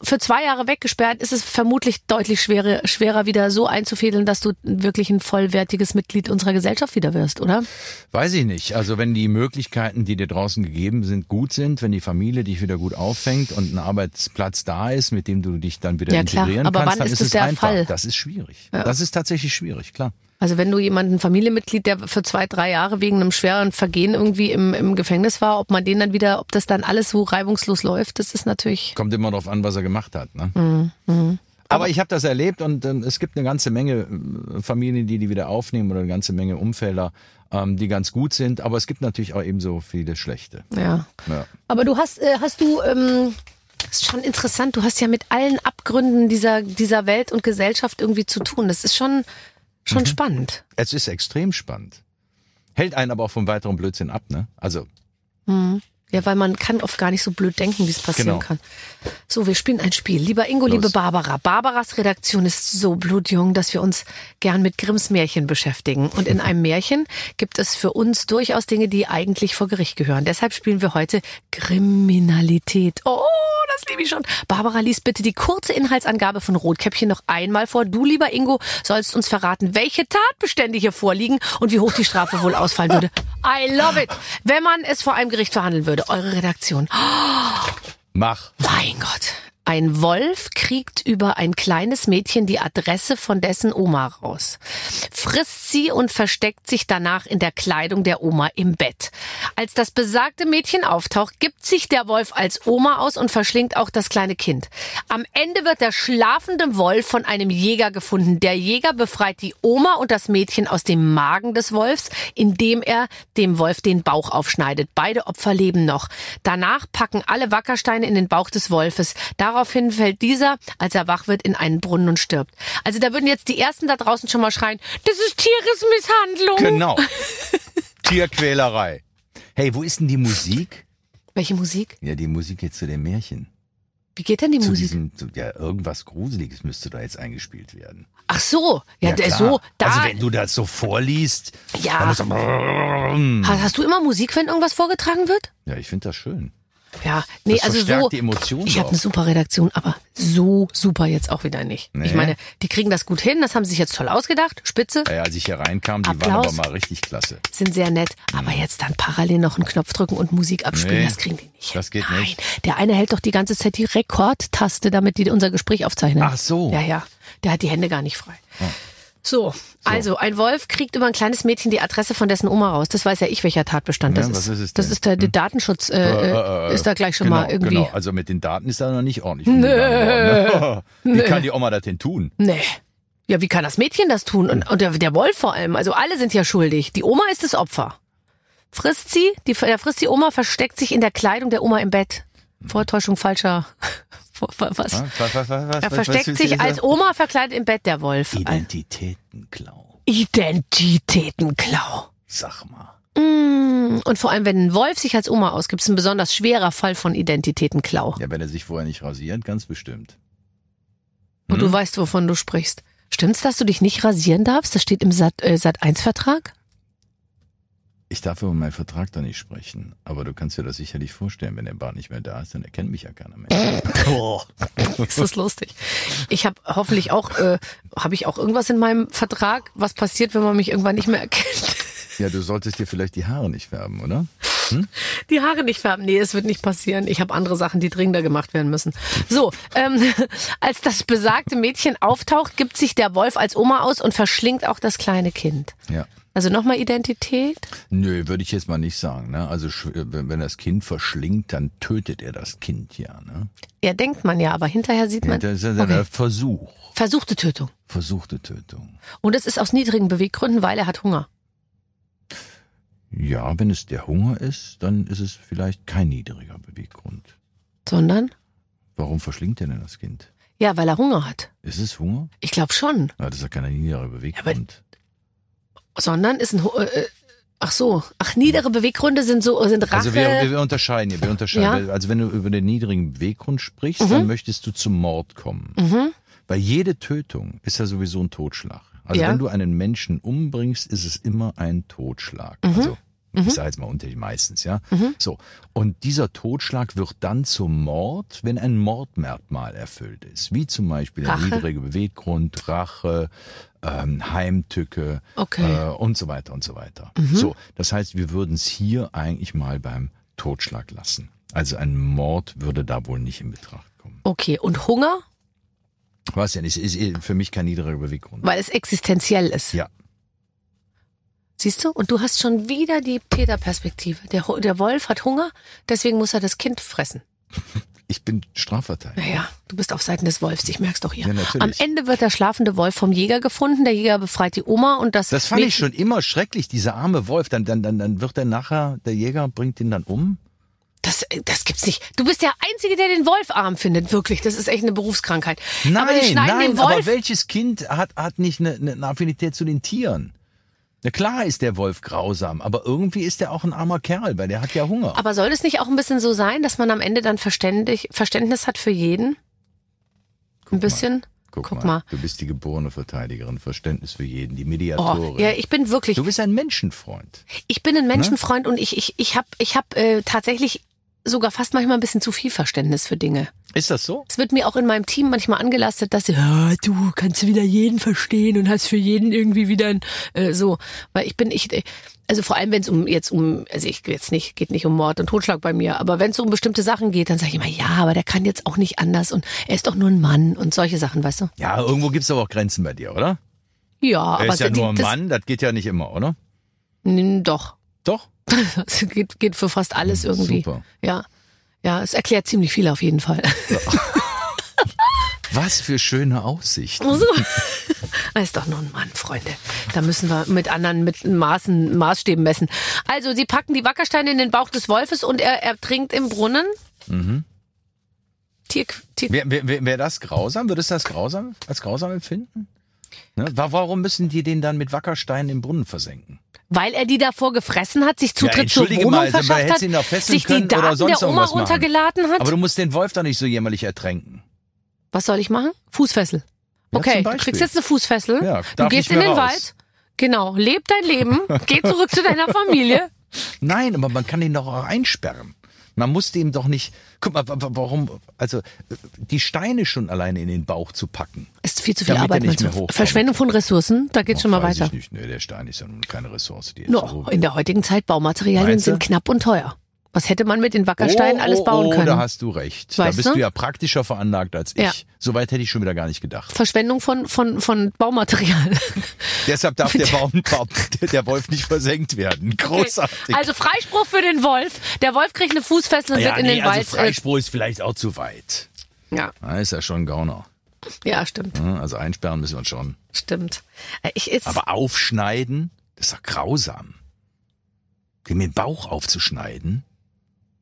[SPEAKER 2] für zwei Jahre weggesperrt, ist es vermutlich deutlich schwerer, schwerer wieder so einzufädeln, dass du wirklich ein vollwertiges Mitglied unserer Gesellschaft wieder wirst, oder?
[SPEAKER 4] Weiß ich nicht. Also wenn die Möglichkeiten, die dir draußen gegeben sind, gut sind, wenn die Familie dich wieder gut auffängt und ein Arbeitsplatz da ist, mit dem du dich dann wieder
[SPEAKER 2] Ja, klar.
[SPEAKER 4] integrieren
[SPEAKER 2] Aber
[SPEAKER 4] kannst,
[SPEAKER 2] wann
[SPEAKER 4] dann
[SPEAKER 2] ist
[SPEAKER 4] ist,
[SPEAKER 2] es
[SPEAKER 4] es
[SPEAKER 2] der
[SPEAKER 4] einfach.
[SPEAKER 2] Fall?
[SPEAKER 4] Das ist schwierig. Das ist tatsächlich schwierig, klar.
[SPEAKER 2] Also wenn du jemanden Familienmitglied, der für zwei, drei Jahre wegen einem schweren Vergehen irgendwie im, im Gefängnis war, ob man den dann wieder, ob das dann alles so reibungslos läuft, das ist natürlich.
[SPEAKER 4] Kommt immer darauf an, was er gemacht hat. Ne?
[SPEAKER 2] Mhm,
[SPEAKER 4] Aber ich habe das erlebt und ähm, es gibt eine ganze Menge äh, Familien, die die wieder aufnehmen oder eine ganze Menge Umfelder, ähm, die ganz gut sind. Aber es gibt natürlich auch ebenso viele schlechte.
[SPEAKER 2] Ja.
[SPEAKER 4] Ja.
[SPEAKER 2] Aber du hast, äh, hast du, ähm, ist schon interessant, du hast ja mit allen Abgründen dieser, dieser Welt und Gesellschaft irgendwie zu tun. Das ist schon,
[SPEAKER 4] Mhm.
[SPEAKER 2] schon spannend.
[SPEAKER 4] Es ist extrem spannend. Hält einen aber auch vom weiteren Blödsinn ab. Ne? Also
[SPEAKER 2] Ja, weil man kann oft gar nicht so blöd denken, wie es passieren
[SPEAKER 4] Genau.
[SPEAKER 2] kann. So, wir spielen ein Spiel. Lieber Ingo,
[SPEAKER 4] Los.
[SPEAKER 2] liebe Barbara. Barbaras Redaktion ist so blutjung, dass wir uns gern mit Grimms Märchen beschäftigen. Und in einem Märchen gibt es für uns durchaus Dinge, die eigentlich vor Gericht gehören. Deshalb spielen wir heute Kriminalität. Oh, das liebe ich schon. Barbara liest bitte die kurze Inhaltsangabe von Rotkäppchen noch einmal vor. Du, lieber Ingo, sollst uns verraten, welche Tatbestände hier vorliegen und wie hoch die Strafe wohl ausfallen würde. I love it. Wenn man es vor einem Gericht verhandeln würde. Eure Redaktion.
[SPEAKER 4] mach.
[SPEAKER 2] Mein Gott. Ein Wolf kriegt über ein kleines Mädchen die Adresse von dessen Oma raus, frisst sie und versteckt sich danach in der Kleidung der Oma im Bett. Als das besagte Mädchen auftaucht, gibt sich der Wolf als Oma aus und verschlingt auch das kleine Kind. Am Ende wird der schlafende Wolf von einem Jäger gefunden. Der Jäger befreit die Oma und das Mädchen aus dem Magen des Wolfs, indem er dem Wolf den Bauch aufschneidet. Beide Opfer leben noch. Danach packen alle Wackersteine in den Bauch des Wolfes. Daraufhin fällt dieser, als er wach wird, in einen Brunnen und stirbt. Also da würden jetzt die ersten da draußen schon mal schreien, das ist Tieresmisshandlung.
[SPEAKER 4] Genau. Tierquälerei. Hey, wo ist denn die Musik?
[SPEAKER 2] Welche Musik?
[SPEAKER 4] Ja, die Musik jetzt zu dem Märchen.
[SPEAKER 2] Wie geht denn die
[SPEAKER 4] Zu
[SPEAKER 2] Musik?
[SPEAKER 4] diesem, zu, ja, irgendwas Gruseliges müsste da jetzt eingespielt werden.
[SPEAKER 2] Ach so, ja, der-
[SPEAKER 4] klar.
[SPEAKER 2] so, da.
[SPEAKER 4] Also wenn du das so vorliest, dann
[SPEAKER 2] ja.
[SPEAKER 4] musst du,
[SPEAKER 2] Ha- Hast du immer Musik, wenn irgendwas vorgetragen wird?
[SPEAKER 4] ja, ich finde das schön.
[SPEAKER 2] Ja, nee,
[SPEAKER 4] das
[SPEAKER 2] also
[SPEAKER 4] verstärkt
[SPEAKER 2] so.
[SPEAKER 4] die Emotionen.
[SPEAKER 2] Ich habe
[SPEAKER 4] auch.
[SPEAKER 2] eine super Redaktion, aber so super jetzt auch wieder nicht.
[SPEAKER 4] Nee.
[SPEAKER 2] Ich meine, die kriegen das gut hin, das haben sie sich jetzt toll ausgedacht, spitze,
[SPEAKER 4] Ja, als ich hier reinkam, die waren aber
[SPEAKER 2] Applaus.
[SPEAKER 4] mal richtig klasse.
[SPEAKER 2] sind sehr nett, aber jetzt dann parallel noch einen Knopf drücken und Musik abspielen,
[SPEAKER 4] Hm. Nee,
[SPEAKER 2] das kriegen die nicht. hin.
[SPEAKER 4] das geht
[SPEAKER 2] Nein,
[SPEAKER 4] nicht.
[SPEAKER 2] der eine hält doch die ganze Zeit die Rekordtaste, damit die unser Gespräch aufzeichnen.
[SPEAKER 4] Ach so.
[SPEAKER 2] Ja, ja, der hat die Hände gar nicht frei. So, also ein Wolf kriegt über ein kleines Mädchen die Adresse von dessen Oma raus. Das weiß ja ich, welcher Tatbestand
[SPEAKER 4] Ja,
[SPEAKER 2] das
[SPEAKER 4] was
[SPEAKER 2] ist.
[SPEAKER 4] ist es
[SPEAKER 2] das
[SPEAKER 4] denn? Hm?
[SPEAKER 2] ist der, der Datenschutz, äh, äh, ist da gleich schon
[SPEAKER 4] genau,
[SPEAKER 2] mal irgendwie.
[SPEAKER 4] Genau, also mit den Daten ist da noch nicht ordentlich umgegangen
[SPEAKER 2] [laughs]
[SPEAKER 4] worden. ne? Wie kann die Oma das denn tun? ne?
[SPEAKER 2] Nee. Ja, wie kann das Mädchen das tun? Und, und der, der Wolf vor allem. Also alle sind ja schuldig. Die Oma ist das Opfer. Frisst sie, die, der frisst die Oma, versteckt sich in der Kleidung der Oma im Bett. Vortäuschung falscher. [laughs] Vor- Was?
[SPEAKER 4] Was, was, was, was,
[SPEAKER 2] Er versteckt sich als Oma verkleidet im Bett, der Wolf.
[SPEAKER 4] Identitätenklau.
[SPEAKER 2] Identitätenklau.
[SPEAKER 4] Sag mal.
[SPEAKER 2] Mm, Und vor allem, wenn ein Wolf sich als Oma ausgibt, ist ein besonders schwerer Fall von Identitätenklau.
[SPEAKER 4] Ja, wenn er sich vorher nicht rasiert, ganz bestimmt.
[SPEAKER 2] Und du weißt, wovon du sprichst. Stimmt's, dass du dich nicht rasieren darfst? Das steht im Sat, äh, Sat 1 Vertrag?
[SPEAKER 4] Ich darf über meinen Vertrag da nicht sprechen, aber du kannst dir das sicherlich vorstellen, wenn der Bart nicht mehr da ist, dann erkennt mich ja keiner mehr. oh.
[SPEAKER 2] Ist das lustig? Ich habe hoffentlich auch, äh, habe ich auch irgendwas in meinem Vertrag, was passiert, wenn man mich irgendwann nicht mehr erkennt?
[SPEAKER 4] Ja, du solltest dir vielleicht die Haare nicht färben, oder?
[SPEAKER 2] Die Haare nicht färben. Nee, es wird nicht passieren. Ich habe andere Sachen, die dringender gemacht werden müssen. So, ähm, [laughs] als das besagte Mädchen auftaucht, gibt sich der Wolf als Oma aus und verschlingt auch das kleine Kind.
[SPEAKER 4] Ja.
[SPEAKER 2] Also nochmal Identität.
[SPEAKER 4] Nö, würde ich jetzt mal nicht sagen. Ne? Also sch- äh, wenn wenn das Kind verschlingt, dann tötet er das Kind ja. Ne?
[SPEAKER 2] Ja, denkt man ja, aber hinterher sieht man
[SPEAKER 4] Das ist ja der Versuch.
[SPEAKER 2] versuchte Tötung.
[SPEAKER 4] Versuchte Tötung.
[SPEAKER 2] Und es ist aus niedrigen Beweggründen, weil er hat Hunger.
[SPEAKER 4] Ja, wenn es der Hunger ist, dann ist es vielleicht kein niedriger Beweggrund.
[SPEAKER 2] Sondern?
[SPEAKER 4] Warum verschlingt er denn das Kind?
[SPEAKER 2] Ja, weil er Hunger hat.
[SPEAKER 4] Ist es Hunger?
[SPEAKER 2] Ich glaube schon.
[SPEAKER 4] Na, das ist ja kein niedriger Beweggrund.
[SPEAKER 2] sondern ist ein Ho- äh, äh, ach so ach niedere Beweggründe sind so äh, sind Rache
[SPEAKER 4] also wir, wir wir unterscheiden hier, wir unterscheiden.
[SPEAKER 2] Ja. Mhm.
[SPEAKER 4] Also wenn du über den niedrigen Beweggrund sprichst, dann möchtest du zum Mord kommen. Weil jede Tötung ist ja sowieso ein Totschlag. Also
[SPEAKER 2] Ja.
[SPEAKER 4] wenn du einen Menschen umbringst, ist es immer ein Totschlag.
[SPEAKER 2] Mhm.
[SPEAKER 4] Also ich sage jetzt mal unter meistens, ja. So. Und dieser Totschlag wird dann zum Mord, wenn ein Mordmerkmal erfüllt ist. Wie zum Beispiel der
[SPEAKER 2] Rache.
[SPEAKER 4] niedrige Beweggrund, Rache, ähm, Heimtücke
[SPEAKER 2] Okay. Mhm.
[SPEAKER 4] äh, und so weiter und so weiter. So, das heißt, wir würden es hier eigentlich mal beim Totschlag lassen. Also ein Mord würde da wohl nicht in Betracht kommen.
[SPEAKER 2] okay und Hunger
[SPEAKER 4] Was denn? Ist, ist für mich kein niedriger Beweggrund.
[SPEAKER 2] weil es existenziell ist
[SPEAKER 4] Ja.
[SPEAKER 2] siehst du und du hast schon wieder die Peter-Perspektive der Ho- der Wolf hat Hunger deswegen muss er das Kind fressen
[SPEAKER 4] Ich bin Strafverteidiger.
[SPEAKER 2] naja du bist auf Seiten des Wolfs ich merk's doch hier
[SPEAKER 4] Ja, natürlich.
[SPEAKER 2] am Ende wird der schlafende Wolf vom Jäger gefunden der Jäger befreit die Oma und das
[SPEAKER 4] Das fand ich
[SPEAKER 2] Mädchen-
[SPEAKER 4] schon immer schrecklich, dieser arme Wolf. Dann, dann, dann, dann wird er nachher, der Jäger bringt ihn dann um.
[SPEAKER 2] das äh, das gibt's nicht du bist der einzige der den Wolf arm findet wirklich das ist echt eine Berufskrankheit aber die
[SPEAKER 4] Nein,
[SPEAKER 2] schneiden
[SPEAKER 4] nein,
[SPEAKER 2] den
[SPEAKER 4] aber
[SPEAKER 2] Wolf
[SPEAKER 4] welches Kind hat, hat nicht eine, eine Affinität zu den Tieren? Na klar ist der Wolf grausam, aber irgendwie ist er auch ein armer Kerl, weil der hat ja Hunger.
[SPEAKER 2] Aber soll es nicht auch ein bisschen so sein, dass man am Ende dann verständig, Verständnis hat für jeden? ein bisschen?
[SPEAKER 4] Guck, mal. du bist die geborene Verteidigerin, Verständnis für jeden, die Mediatorin.
[SPEAKER 2] Oh, ja, ich bin wirklich,
[SPEAKER 4] du Ne? bist ein Menschenfreund.
[SPEAKER 2] ich bin ein Menschenfreund und ich, ich, ich habe ich hab, äh, tatsächlich sogar fast manchmal ein bisschen zu viel Verständnis für Dinge.
[SPEAKER 4] Ist das so?
[SPEAKER 2] Es wird mir auch in meinem Team manchmal angelastet, dass sie, "Ah, du kannst wieder jeden verstehen und hast für jeden irgendwie wieder ein, äh, so, weil ich bin, ich, äh, also vor allem wenn es um jetzt um, also ich jetzt nicht, geht nicht um Mord und Totschlag bei mir, aber wenn es so um bestimmte Sachen geht, dann sage ich immer, ja, aber der kann jetzt auch nicht anders und er ist doch nur ein Mann und solche Sachen, weißt du?
[SPEAKER 4] Ja, irgendwo gibt es aber auch Grenzen bei dir, oder?
[SPEAKER 2] Ja,
[SPEAKER 4] Er
[SPEAKER 2] aber
[SPEAKER 4] ist ja
[SPEAKER 2] die-
[SPEAKER 4] nur ein
[SPEAKER 2] das,
[SPEAKER 4] Mann, das geht ja nicht immer, oder?
[SPEAKER 2] N, doch, [laughs]
[SPEAKER 4] Doch?
[SPEAKER 2] das geht, geht für fast alles irgendwie.
[SPEAKER 4] Hm, Super.
[SPEAKER 2] Ja, ja, es erklärt ziemlich viel auf jeden Fall.
[SPEAKER 4] Was für schöne Aussichten.
[SPEAKER 2] So. Er [laughs] ist doch nur ein Mann, Freunde. Da müssen wir mit anderen mit Maßen, Maßstäben messen. Also, sie packen die Wackersteine in den Bauch des Wolfes und er ertrinkt im Brunnen. Mhm. Tier, Tier,
[SPEAKER 4] Wäre wär, wär das grausam? Würdest du das grausam, als grausam empfinden? Ne? Wa- Warum müssen die den dann mit Wackersteinen im Brunnen versenken?
[SPEAKER 2] Weil er die davor gefressen hat, sich Zutritt zur
[SPEAKER 4] entschuldige
[SPEAKER 2] Wohnung
[SPEAKER 4] mal, also,
[SPEAKER 2] verschafft
[SPEAKER 4] hätte
[SPEAKER 2] hat,
[SPEAKER 4] sie ihn doch fesseln
[SPEAKER 2] sich die
[SPEAKER 4] können oder
[SPEAKER 2] Daten
[SPEAKER 4] sonst
[SPEAKER 2] der Oma
[SPEAKER 4] irgendwas machen.
[SPEAKER 2] runtergeladen hat.
[SPEAKER 4] Aber du musst den Wolf doch nicht so jämmerlich ertränken.
[SPEAKER 2] Was soll ich machen? Fußfessel.
[SPEAKER 4] Ja,
[SPEAKER 2] Okay,
[SPEAKER 4] zum
[SPEAKER 2] du
[SPEAKER 4] Beispiel.
[SPEAKER 2] kriegst jetzt eine Fußfessel.
[SPEAKER 4] Ja,
[SPEAKER 2] du
[SPEAKER 4] darf
[SPEAKER 2] gehst in
[SPEAKER 4] nicht mehr
[SPEAKER 2] den
[SPEAKER 4] raus.
[SPEAKER 2] Wald. Genau, leb dein Leben, geh zurück zu
[SPEAKER 4] [laughs]
[SPEAKER 2] deiner Familie.
[SPEAKER 4] Nein, aber man kann ihn doch auch einsperren. Man musste ihm doch nicht. Guck mal, wa- wa- warum? Also äh, die Steine schon alleine in den Bauch zu packen.
[SPEAKER 2] Ist viel zu viel
[SPEAKER 4] Damit er
[SPEAKER 2] Arbeit.
[SPEAKER 4] nicht
[SPEAKER 2] meinst du?
[SPEAKER 4] mehr hochkommt.
[SPEAKER 2] Verschwendung von Ressourcen, da geht's schon mal
[SPEAKER 4] Weiß
[SPEAKER 2] weiter.
[SPEAKER 4] Ich nicht. Nee, der Stein ist ja nun keine Ressource. Die ist
[SPEAKER 2] No, in der heutigen Zeit Baumaterialien
[SPEAKER 4] Meinst du?
[SPEAKER 2] sind knapp und teuer. Was hätte man mit den Wackersteinen
[SPEAKER 4] oh,
[SPEAKER 2] alles
[SPEAKER 4] oh,
[SPEAKER 2] bauen
[SPEAKER 4] oh,
[SPEAKER 2] können?
[SPEAKER 4] Da hast du recht.
[SPEAKER 2] Weißt
[SPEAKER 4] da bist
[SPEAKER 2] du?
[SPEAKER 4] du? ja praktischer veranlagt als ich.
[SPEAKER 2] Ja.
[SPEAKER 4] Soweit hätte ich schon wieder gar nicht gedacht.
[SPEAKER 2] Verschwendung von, von, von Baumaterial. [laughs]
[SPEAKER 4] Deshalb darf der, Baum, Baum, der Wolf nicht versenkt werden. Großartig.
[SPEAKER 2] Also Freispruch für den Wolf. Der Wolf kriegt eine Fußfessel und
[SPEAKER 4] ja,
[SPEAKER 2] wird in
[SPEAKER 4] nee,
[SPEAKER 2] den
[SPEAKER 4] also
[SPEAKER 2] Wald. äh,
[SPEAKER 4] Freispruch ist vielleicht auch zu weit.
[SPEAKER 2] ja,
[SPEAKER 4] Da ist ja schon ein Gauner.
[SPEAKER 2] ja, stimmt,
[SPEAKER 4] ne? Also einsperren müssen wir schon.
[SPEAKER 2] stimmt. Äh, Ich, jetzt,
[SPEAKER 4] Aber aufschneiden, das ist doch grausam. Dem den Bauch aufzuschneiden,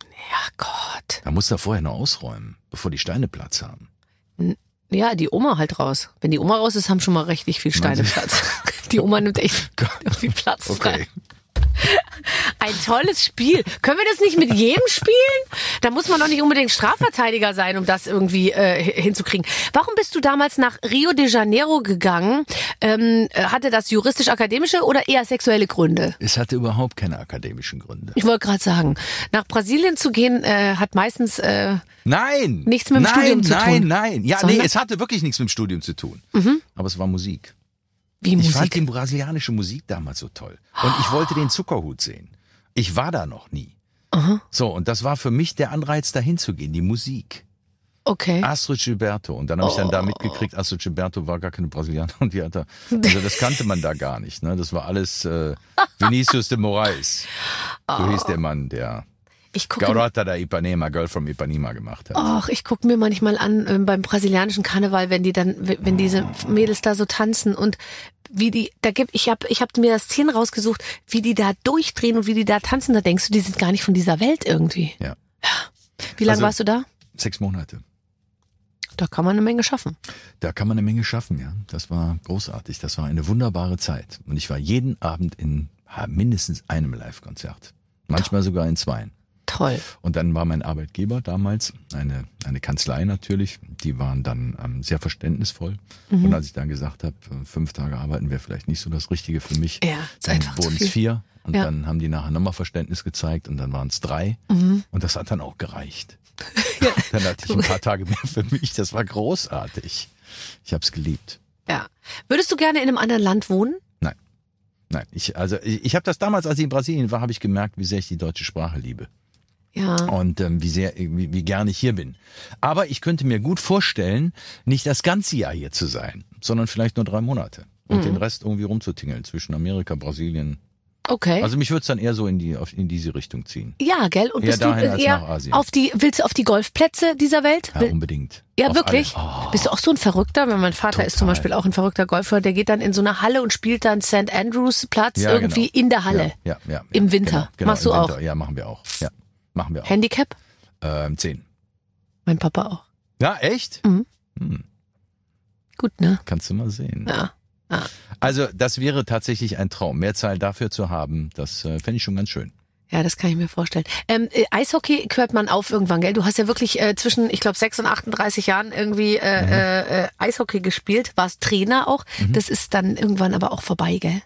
[SPEAKER 2] ja Gott.
[SPEAKER 4] da muss er vorher noch ausräumen, bevor die Steine Platz haben.
[SPEAKER 2] Ja, die Oma halt raus. Wenn die Oma raus ist, haben schon mal richtig viel Steine Platz. [laughs] Die Oma nimmt
[SPEAKER 4] [laughs]
[SPEAKER 2] echt viel Platz frei. Ein tolles Spiel. Können wir das nicht mit jedem spielen? Da muss man doch nicht unbedingt Strafverteidiger sein, um das irgendwie äh, hi- hinzukriegen. Warum bist du damals nach Rio de Janeiro gegangen? Ähm, äh, hatte das juristisch-akademische oder eher sexuelle Gründe?
[SPEAKER 4] Es hatte überhaupt keine akademischen Gründe.
[SPEAKER 2] Ich wollte gerade sagen, nach Brasilien zu gehen äh, hat meistens äh,
[SPEAKER 4] Nein!
[SPEAKER 2] Nichts mit dem
[SPEAKER 4] nein,
[SPEAKER 2] Studium zu
[SPEAKER 4] nein,
[SPEAKER 2] tun.
[SPEAKER 4] Nein, nein. Ja,
[SPEAKER 2] Sondern-
[SPEAKER 4] nee, es hatte wirklich nichts mit dem Studium zu tun. Aber es war Musik.
[SPEAKER 2] wie
[SPEAKER 4] Ich fand die
[SPEAKER 2] Musik.
[SPEAKER 4] brasilianische Musik damals so toll. Und ich wollte den Zuckerhut sehen. Ich war da noch nie. So, und das war für mich der Anreiz, dahin zu gehen, die Musik.
[SPEAKER 2] Okay.
[SPEAKER 4] Astrid Gilberto. Und dann habe ich dann da mitgekriegt, Astrid Gilberto war gar keine Brasilianerin und die hat da, also das kannte man da gar nicht. Ne? Das war alles äh, Vinicius de Moraes. So hieß der Mann, der
[SPEAKER 2] Ich gucke.
[SPEAKER 4] Garota da Ipanema, Girl from Ipanema gemacht hat.
[SPEAKER 2] Och, ich gucke mir manchmal an ähm, beim brasilianischen Karneval, wenn die dann, wenn diese Mädels da so tanzen und wie die, da gibt, ich habe ich hab mir das Szenen rausgesucht, wie die da durchdrehen und wie die da tanzen, da denkst du, die sind gar nicht von dieser Welt irgendwie.
[SPEAKER 4] Ja.
[SPEAKER 2] Wie lange
[SPEAKER 4] Also-
[SPEAKER 2] warst du da?
[SPEAKER 4] Sechs Monate.
[SPEAKER 2] Da kann man eine Menge schaffen.
[SPEAKER 4] Da kann man eine Menge schaffen, ja. Das war großartig. Das war eine wunderbare Zeit. Und ich war jeden Abend in ah, mindestens einem Live-Konzert. Manchmal sogar in zweien.
[SPEAKER 2] Toll.
[SPEAKER 4] Und dann war mein Arbeitgeber damals, eine, eine Kanzlei natürlich, die waren dann ähm, sehr verständnisvoll.
[SPEAKER 2] Mhm.
[SPEAKER 4] Und als ich dann gesagt habe, äh, fünf Tage arbeiten wäre vielleicht nicht so das Richtige für mich,
[SPEAKER 2] Ja, ist
[SPEAKER 4] dann
[SPEAKER 2] einfach zu
[SPEAKER 4] wurden
[SPEAKER 2] viel.
[SPEAKER 4] es vier. Und
[SPEAKER 2] Ja.
[SPEAKER 4] dann haben die nachher nochmal Verständnis gezeigt und dann waren es drei.
[SPEAKER 2] Mhm.
[SPEAKER 4] Und das hat dann auch gereicht.
[SPEAKER 2] [laughs]
[SPEAKER 4] dann hatte ich ein paar Tage mehr für mich. Das war großartig. Ich habe es geliebt.
[SPEAKER 2] Ja. Würdest du gerne in einem anderen Land wohnen?
[SPEAKER 4] Nein. Nein. Ich, also ich, ich habe das damals, als ich in Brasilien war, habe ich gemerkt, wie sehr ich die deutsche Sprache liebe
[SPEAKER 2] Ja.
[SPEAKER 4] und ähm, wie sehr, wie, wie gerne ich hier bin. Aber ich könnte mir gut vorstellen, nicht das ganze Jahr hier zu sein, sondern vielleicht nur drei Monate
[SPEAKER 2] Mhm.
[SPEAKER 4] und den Rest irgendwie rumzutingeln zwischen Amerika, Brasilien.
[SPEAKER 2] Okay.
[SPEAKER 4] Also mich würde es dann eher so in die auf, in diese Richtung ziehen.
[SPEAKER 2] ja, gell? Und
[SPEAKER 4] eher
[SPEAKER 2] bist du
[SPEAKER 4] dahin als
[SPEAKER 2] eher
[SPEAKER 4] nach Asien.
[SPEAKER 2] auf die, willst du auf die Golfplätze dieser Welt?
[SPEAKER 4] Ja,
[SPEAKER 2] Will-
[SPEAKER 4] unbedingt.
[SPEAKER 2] Ja,
[SPEAKER 4] Auf
[SPEAKER 2] wirklich.
[SPEAKER 4] alle. Oh,
[SPEAKER 2] Bist du auch so ein Verrückter? Weil mein Vater ist zum
[SPEAKER 4] Total.
[SPEAKER 2] Beispiel auch ein verrückter Golfer. Der geht dann in so eine Halle und spielt dann St. Andrews Platz
[SPEAKER 4] ja,
[SPEAKER 2] irgendwie
[SPEAKER 4] genau.
[SPEAKER 2] in der Halle.
[SPEAKER 4] Ja, ja, ja,
[SPEAKER 2] Im Winter.
[SPEAKER 4] Genau, genau,
[SPEAKER 2] Machst
[SPEAKER 4] im
[SPEAKER 2] du auch?
[SPEAKER 4] Winter. Ja, machen wir auch. Ja, machen wir auch.
[SPEAKER 2] Handicap?
[SPEAKER 4] Ähm, zehn.
[SPEAKER 2] Mein Papa auch.
[SPEAKER 4] Ja, echt?
[SPEAKER 2] Mhm.
[SPEAKER 4] Hm,
[SPEAKER 2] Gut, ne?
[SPEAKER 4] kannst du mal sehen.
[SPEAKER 2] Ja.
[SPEAKER 4] Also das wäre tatsächlich ein Traum. Mehrzahl dafür zu haben, das äh, fände ich schon ganz schön.
[SPEAKER 2] Ja, das kann ich mir vorstellen. Ähm, äh, Eishockey hört man auf irgendwann, gell? Du hast ja wirklich äh, zwischen, ich glaube, 6 und 38 Jahren irgendwie äh,
[SPEAKER 4] Mhm.
[SPEAKER 2] äh, äh, Eishockey gespielt, warst Trainer auch. Das ist dann irgendwann aber auch vorbei, gell?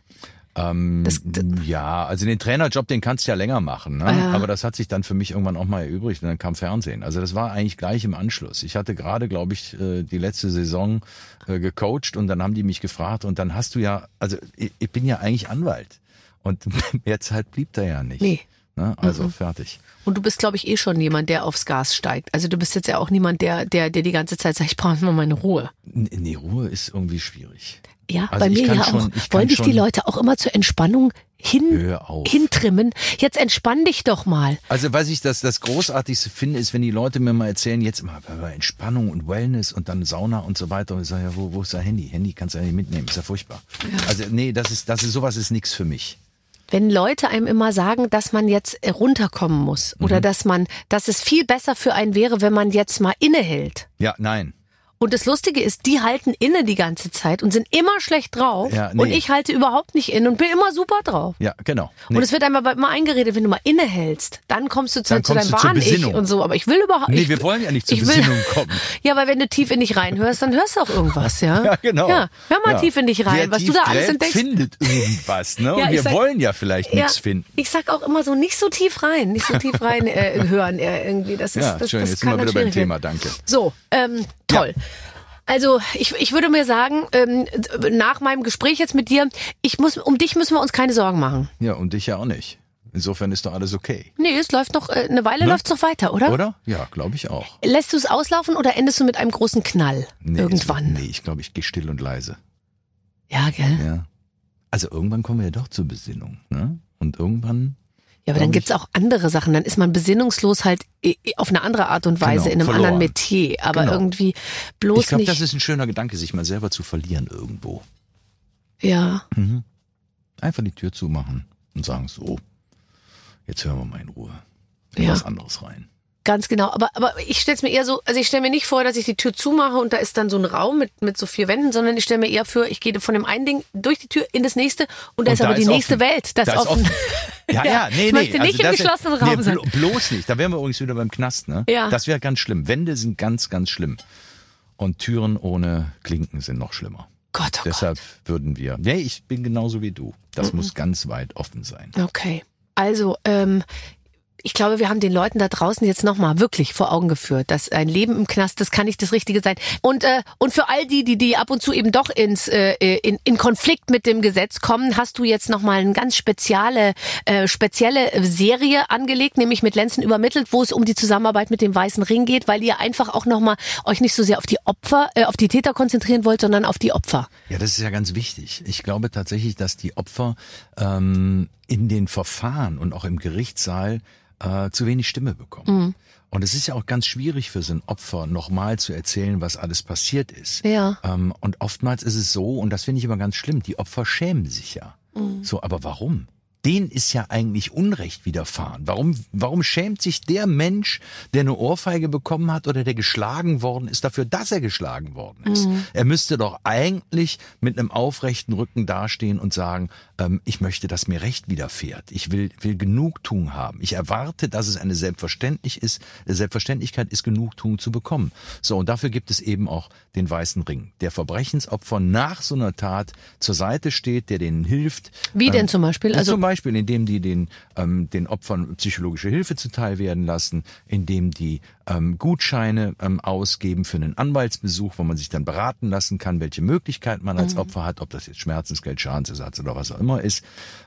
[SPEAKER 4] Ähm,
[SPEAKER 2] Das- d-
[SPEAKER 4] ja, also den Trainerjob, den kannst du ja länger machen. Ne?
[SPEAKER 2] Ja.
[SPEAKER 4] Aber das hat sich dann für mich irgendwann auch mal erübrigt und dann kam Fernsehen. Also das war eigentlich gleich im Anschluss. Ich hatte gerade, glaube ich, äh, die letzte Saison äh, gecoacht und dann haben die mich gefragt und dann hast du ja, also ich, ich bin ja eigentlich Anwalt und [laughs] mehr Zeit blieb da ja nicht.
[SPEAKER 2] Nee. Mhm.
[SPEAKER 4] Ne? Also fertig.
[SPEAKER 2] Und du bist, glaube ich, eh schon jemand, der aufs Gas steigt. Also du bist jetzt ja auch niemand, der, der, der die ganze Zeit sagt, ich brauche mal meine Ruhe.
[SPEAKER 4] N- Nee, Ruhe ist irgendwie schwierig.
[SPEAKER 2] Ja,
[SPEAKER 4] Also
[SPEAKER 2] bei
[SPEAKER 4] ich
[SPEAKER 2] mir
[SPEAKER 4] kann
[SPEAKER 2] ja
[SPEAKER 4] schon-
[SPEAKER 2] auch.
[SPEAKER 4] ich kann
[SPEAKER 2] Wollen dich die
[SPEAKER 4] schon-
[SPEAKER 2] Leute auch immer zur Entspannung hin,
[SPEAKER 4] Hör auf.
[SPEAKER 2] hintrimmen? Jetzt entspann dich doch mal.
[SPEAKER 4] Also was ich das, das Großartigste finde, ist, wenn die Leute mir mal erzählen, jetzt mal über Entspannung und Wellness und dann Sauna und so weiter. Und ich sage, ja, wo, wo ist dein Handy? Handy kannst du ja nicht mitnehmen, ist ja furchtbar. Also nee, das ist, das ist sowas ist nichts für mich.
[SPEAKER 2] Wenn Leute einem immer sagen, dass man jetzt äh, runterkommen
[SPEAKER 4] Mhm.
[SPEAKER 2] muss oder dass man, dass es viel besser für einen wäre, wenn man jetzt mal innehält.
[SPEAKER 4] Ja, nein.
[SPEAKER 2] Und das Lustige ist, die halten inne die ganze Zeit und sind immer schlecht drauf.
[SPEAKER 4] Ja, nee.
[SPEAKER 2] Und ich halte überhaupt nicht inne und bin immer super drauf.
[SPEAKER 4] Ja, genau. Nee.
[SPEAKER 2] Und es wird einem aber immer eingeredet, wenn du mal innehältst, dann kommst du zu,
[SPEAKER 4] Dann
[SPEAKER 2] zu deinem
[SPEAKER 4] kommst du zur
[SPEAKER 2] wahren Ich
[SPEAKER 4] Besinnung.
[SPEAKER 2] und so. Aber ich will überhaupt
[SPEAKER 4] Nee,
[SPEAKER 2] ich-
[SPEAKER 4] wir wollen ja nicht zur
[SPEAKER 2] ich will- [laughs]
[SPEAKER 4] Besinnung kommen.
[SPEAKER 2] Ja, weil wenn du tief in dich reinhörst, dann hörst du auch irgendwas, ja?
[SPEAKER 4] [laughs] Ja, genau.
[SPEAKER 2] Ja, hör mal
[SPEAKER 4] Ja.
[SPEAKER 2] tief in dich rein,
[SPEAKER 4] Wer
[SPEAKER 2] was du
[SPEAKER 4] tief
[SPEAKER 2] da alles
[SPEAKER 4] gräbt,
[SPEAKER 2] entdeckst.
[SPEAKER 4] findet
[SPEAKER 2] [laughs]
[SPEAKER 4] irgendwas, ne? Und
[SPEAKER 2] Ja, ich
[SPEAKER 4] wir
[SPEAKER 2] sag-
[SPEAKER 4] wollen ja vielleicht nichts finden.
[SPEAKER 2] Ich sag auch immer so, nicht so tief rein, nicht so tief rein äh, hören äh, irgendwie. Das ist,
[SPEAKER 4] Ja,
[SPEAKER 2] das,
[SPEAKER 4] schön.
[SPEAKER 2] das
[SPEAKER 4] Jetzt sind
[SPEAKER 2] kann
[SPEAKER 4] wir
[SPEAKER 2] dann
[SPEAKER 4] wieder beim
[SPEAKER 2] schwierig werden.
[SPEAKER 4] Thema, danke.
[SPEAKER 2] So, ähm, toll. Also ich, ich würde mir sagen, ähm, nach meinem Gespräch jetzt mit dir, ich muss, um dich müssen wir uns keine Sorgen machen.
[SPEAKER 4] Ja, und dich ja auch nicht. Insofern ist doch alles okay,
[SPEAKER 2] Nee, es läuft noch, äh, eine Weile läuft's noch weiter, oder?
[SPEAKER 4] Ne? oder? Ja, glaube ich auch.
[SPEAKER 2] Lässt du es auslaufen oder endest du mit einem großen Knall
[SPEAKER 4] Nee,
[SPEAKER 2] irgendwann?
[SPEAKER 4] es- Nee, ich glaube, ich gehe still und leise.
[SPEAKER 2] Ja, gell?
[SPEAKER 4] Ja. Also irgendwann kommen wir ja doch zur Besinnung, ne? Und irgendwann
[SPEAKER 2] Ja, aber dann
[SPEAKER 4] Glaub ich.
[SPEAKER 2] gibt's auch andere Sachen. Dann ist man besinnungslos halt eh- eh auf eine andere Art und Weise
[SPEAKER 4] Genau,
[SPEAKER 2] in einem
[SPEAKER 4] verloren.
[SPEAKER 2] anderen Metier. Aber
[SPEAKER 4] Genau.
[SPEAKER 2] irgendwie bloß
[SPEAKER 4] ich glaube,
[SPEAKER 2] nicht.
[SPEAKER 4] das ist ein schöner Gedanke, sich mal selber zu verlieren irgendwo. Mhm.
[SPEAKER 2] ja.
[SPEAKER 4] Einfach die Tür zumachen und sagen so, jetzt hören wir mal in Ruhe. In
[SPEAKER 2] Ja.
[SPEAKER 4] was anderes rein.
[SPEAKER 2] Ganz genau, aber, aber ich stelle es mir eher so, also ich stelle mir nicht vor, dass ich die Tür zumache und da ist dann so ein Raum mit, mit so vier Wänden, sondern ich stelle mir eher vor, ich gehe von dem einen Ding durch die Tür in das nächste und da ist
[SPEAKER 4] Und da
[SPEAKER 2] aber die
[SPEAKER 4] ist
[SPEAKER 2] nächste
[SPEAKER 4] offen.
[SPEAKER 2] Welt, das
[SPEAKER 4] Da
[SPEAKER 2] ist [laughs] offen. Ja,
[SPEAKER 4] Ja, ja, nee, nee.
[SPEAKER 2] ich möchte nicht im
[SPEAKER 4] das ist-
[SPEAKER 2] geschlossenen Raum sein.
[SPEAKER 4] blo- Bloß nicht. Da wären wir übrigens wieder beim Knast, ne?
[SPEAKER 2] Ja.
[SPEAKER 4] Das wäre ganz schlimm. Wände sind ganz, ganz schlimm. Und Türen ohne Klinken sind noch schlimmer.
[SPEAKER 2] Gott, oh
[SPEAKER 4] Deshalb würden wir. Mhm. Nee, ich bin genauso wie du. Das muss ganz weit offen sein.
[SPEAKER 2] Gott. Okay, also ähm, ich glaube, wir haben den Leuten da draußen jetzt nochmal wirklich vor Augen geführt, dass ein Leben im Knast, das kann nicht das Richtige sein. Und, äh, und für all die, die, die ab und zu eben doch ins, äh, in, in Konflikt mit dem Gesetz kommen, hast du jetzt nochmal eine ganz spezielle, äh, spezielle Serie angelegt, nämlich mit Lenzen übermittelt, wo es um die Zusammenarbeit mit dem Weißen Ring geht, weil ihr einfach auch nochmal euch nicht so sehr auf die Opfer, äh, auf die Täter konzentrieren wollt, sondern auf die Opfer.
[SPEAKER 4] Ja, das ist ja ganz wichtig. Ich glaube tatsächlich, dass die Opfer ähm, in den Verfahren und auch im Gerichtssaal äh, zu wenig Stimme bekommen. Und es ist ja auch ganz schwierig für so ein Opfer, nochmal zu erzählen, was alles passiert ist.
[SPEAKER 2] Ja.
[SPEAKER 4] Ähm, und oftmals ist es so, und das finde ich immer ganz schlimm, die Opfer schämen sich ja. So, aber warum? Den ist ja eigentlich Unrecht widerfahren. Warum, warum schämt sich der Mensch, der eine Ohrfeige bekommen hat oder der geschlagen worden ist, dafür, dass er geschlagen worden ist? Er müsste doch eigentlich mit einem aufrechten Rücken dastehen und sagen, ähm, ich möchte, dass mir Recht widerfährt. Ich will, will Genugtuung haben. Ich erwarte, dass es eine Selbstverständlich ist, Selbstverständlichkeit ist, Genugtuung zu bekommen. So, und dafür gibt es eben auch den Weißen Ring, der Verbrechensopfern nach so einer Tat zur Seite steht, der denen hilft.
[SPEAKER 2] Wie denn zum Beispiel? Also-
[SPEAKER 4] Also zum Beispiel, indem die den, ähm, den Opfern psychologische Hilfe zuteil werden lassen, indem die ähm, Gutscheine ähm, ausgeben für einen Anwaltsbesuch, wo man sich dann beraten lassen kann, welche Möglichkeiten man als Opfer hat, ob das jetzt Schmerzensgeld, Schadensersatz oder was auch immer ist.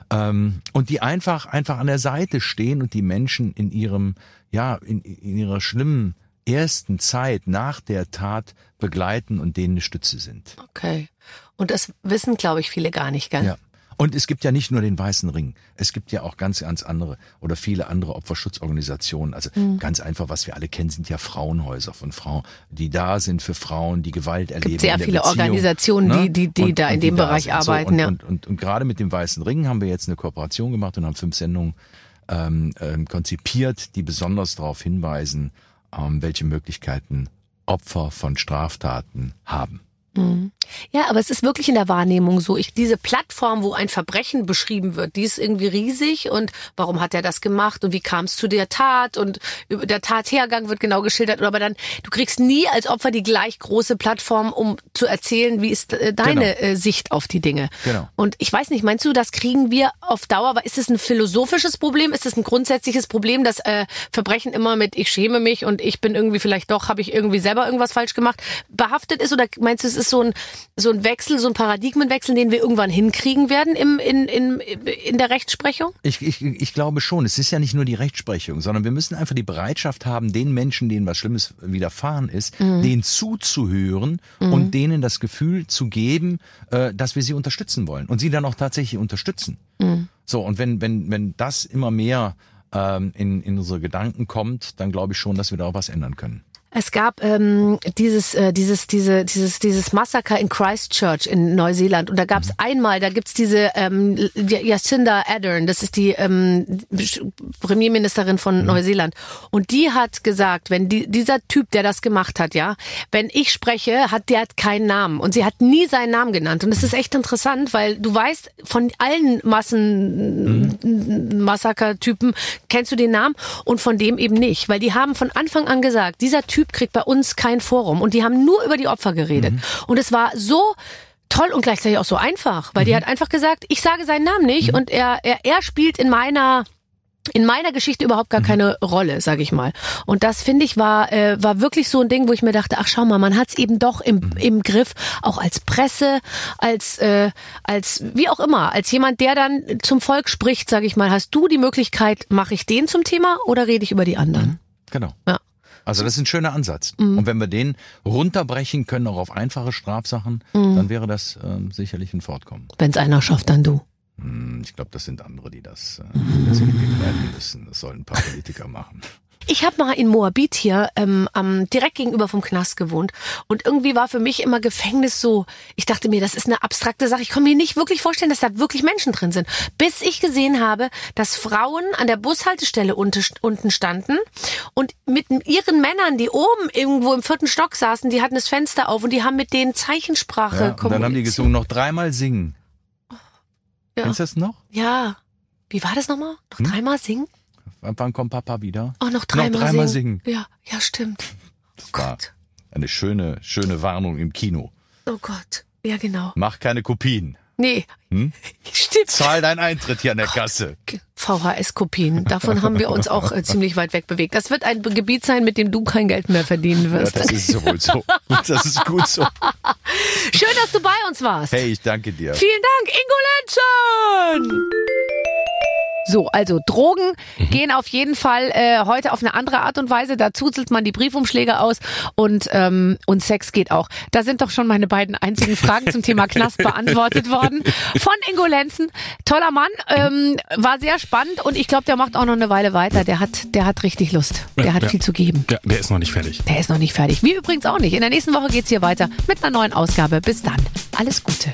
[SPEAKER 4] Ähm, und die einfach, einfach an der Seite stehen und die Menschen in ihrem, ja, in, in ihrer schlimmen ersten Zeit nach der Tat begleiten und denen eine Stütze sind.
[SPEAKER 2] Okay. Und das wissen, glaube ich, viele gar nicht, gell?
[SPEAKER 4] Ja. Und es gibt ja nicht nur den Weißen Ring. Es gibt ja auch ganz, ganz andere oder viele andere Opferschutzorganisationen. Also
[SPEAKER 2] Mhm.
[SPEAKER 4] ganz einfach, was wir alle kennen, sind ja Frauenhäuser von Frauen, die da sind für Frauen, die Gewalt erleben.
[SPEAKER 2] sehr
[SPEAKER 4] in der
[SPEAKER 2] viele
[SPEAKER 4] Beziehung, ne?
[SPEAKER 2] Organisationen, die- die- die da in dem Bereich
[SPEAKER 4] sind. So,
[SPEAKER 2] arbeiten,
[SPEAKER 4] Und,
[SPEAKER 2] ja.
[SPEAKER 4] und, und, und gerade mit dem Weißen Ring haben wir jetzt eine Kooperation gemacht und haben fünf Sendungen ähm, ähm, konzipiert, die besonders darauf hinweisen, ähm, welche Möglichkeiten Opfer von Straftaten haben.
[SPEAKER 2] Ja, aber es ist wirklich in der Wahrnehmung so. Ich, diese Plattform, wo ein Verbrechen beschrieben wird, die ist irgendwie riesig und warum hat er das gemacht und wie kam es zu der Tat und über- der Tathergang wird genau geschildert. Aber dann, du kriegst nie als Opfer die gleich große Plattform, um zu erzählen, wie ist äh, deine äh, Sicht auf die Dinge.
[SPEAKER 4] Genau.
[SPEAKER 2] Und ich weiß nicht, meinst du, das kriegen wir auf Dauer? Aber Ist es ein philosophisches Problem? Ist es ein grundsätzliches Problem, dass äh, Verbrechen immer mit ich schäme mich und ich bin irgendwie vielleicht doch, habe ich irgendwie selber irgendwas falsch gemacht, behaftet ist? Oder meinst du, es ist so ein, so ein Wechsel, so ein Paradigmenwechsel, den wir irgendwann hinkriegen werden im, in, in, in der Rechtsprechung?
[SPEAKER 4] Ich, ich, ich glaube schon. Es ist ja nicht nur die Rechtsprechung, sondern wir müssen einfach die Bereitschaft haben, den Menschen, denen was Schlimmes widerfahren ist, denen zuzuhören und denen das Gefühl zu geben, äh, dass wir sie unterstützen wollen und sie dann auch tatsächlich unterstützen. So, und wenn, wenn, wenn das immer mehr ähm, in, in unsere Gedanken kommt, dann glaube ich schon, dass wir da auch was ändern können.
[SPEAKER 2] Es gab ähm, dieses, äh, dieses, diese, dieses, dieses Massaker in Christchurch in Neuseeland. Und da gab es einmal, da gibt's diese ähm, Ja- Jacinda Ardern, das ist die ähm, Sch- Premierministerin von Neuseeland. Und die hat gesagt, wenn die, dieser Typ, der das gemacht hat, ja, wenn ich spreche, hat der hat keinen Namen. Und sie hat nie seinen Namen genannt. Und das ist echt interessant, weil du weißt, von allen Massen Massaker-Typen kennst du den Namen und von dem eben nicht, weil die haben von Anfang an gesagt, dieser Typ kriegt bei uns kein Forum und die haben nur über die Opfer geredet und es war so toll und gleichzeitig auch so einfach, weil die hat einfach gesagt, ich sage seinen Namen nicht und er, er, er spielt in meiner in meiner Geschichte überhaupt gar keine Rolle, sage ich mal. Und das finde ich war äh, war wirklich so ein Ding, wo ich mir dachte, ach schau mal, man hat es eben doch im im Griff, auch als Presse, als äh, als wie auch immer, als jemand, der dann zum Volk spricht, sage ich mal, hast du die Möglichkeit, mache ich den zum Thema oder rede ich über die anderen?
[SPEAKER 4] Genau.
[SPEAKER 2] Ja.
[SPEAKER 4] Also das ist ein schöner Ansatz. Und wenn wir den runterbrechen können, auch auf einfache Strafsachen, dann wäre das ähm, sicherlich ein Fortkommen.
[SPEAKER 2] Wenn es einer schafft, dann du.
[SPEAKER 4] Hm, Ich glaube, das sind andere, die das, äh, die das irgendwie werden müssen. Das sollen ein paar Politiker machen.
[SPEAKER 2] Ich habe mal in Moabit hier ähm, am, direkt gegenüber vom Knast gewohnt und irgendwie war für mich immer Gefängnis so, ich dachte mir, das ist eine abstrakte Sache. Ich kann mir nicht wirklich vorstellen, dass da wirklich Menschen drin sind. Bis ich gesehen habe, dass Frauen an der Bushaltestelle unten, unten standen und mit ihren Männern, die oben irgendwo im vierten Stock saßen, die hatten das Fenster auf und die haben mit denen Zeichensprache
[SPEAKER 4] Ja, und dann haben die
[SPEAKER 2] kommuniziert.
[SPEAKER 4] gesungen, noch dreimal singen.
[SPEAKER 2] Ja.
[SPEAKER 4] Kennst du das noch?
[SPEAKER 2] Ja. Wie war das nochmal? Noch dreimal singen?
[SPEAKER 4] Wann kommt Papa wieder?
[SPEAKER 2] Oh, noch dreimal,
[SPEAKER 4] Hm? noch dreimal singen.
[SPEAKER 2] Ja, ja, stimmt. Oh
[SPEAKER 4] war-
[SPEAKER 2] Gott.
[SPEAKER 4] Eine schöne, schöne Warnung im Kino.
[SPEAKER 2] Oh Gott. Ja, genau.
[SPEAKER 4] Mach keine Kopien.
[SPEAKER 2] Nee. [laughs]
[SPEAKER 4] Hm?
[SPEAKER 2] Stimmt.
[SPEAKER 4] Zahl deinen Eintritt hier an der Kasse.
[SPEAKER 2] VHS-Kopien. Davon haben wir uns
[SPEAKER 4] [laughs]
[SPEAKER 2] auch äh, ziemlich weit weg bewegt. Das wird ein Gebiet sein, mit dem du kein Geld mehr verdienen
[SPEAKER 4] Ja,
[SPEAKER 2] wirst.
[SPEAKER 4] das ist so wohl so. Das ist gut so.
[SPEAKER 2] [laughs] Schön, dass du bei uns warst.
[SPEAKER 4] Hey, ich danke dir.
[SPEAKER 2] Vielen Dank, Ingo Lenschen! So, also Drogen
[SPEAKER 3] Mhm.
[SPEAKER 2] gehen auf jeden Fall äh, heute auf eine andere Art und Weise. Da zuzelt man die Briefumschläge aus und, ähm, und Sex geht auch. Da sind doch schon meine beiden einzigen Fragen zum Thema
[SPEAKER 3] [laughs]
[SPEAKER 2] Knast beantwortet worden. Von Ingo Lenzen. Toller Mann, ähm, war sehr spannend und ich glaube, der macht auch noch eine Weile weiter. Der hat, der hat richtig Lust. Der hat
[SPEAKER 3] Ja.
[SPEAKER 2] viel zu geben.
[SPEAKER 3] Ja, der ist noch nicht fertig.
[SPEAKER 2] Der ist noch nicht fertig. Wir übrigens auch nicht. In der nächsten Woche geht's hier weiter mit einer neuen Ausgabe. Bis dann. Alles Gute.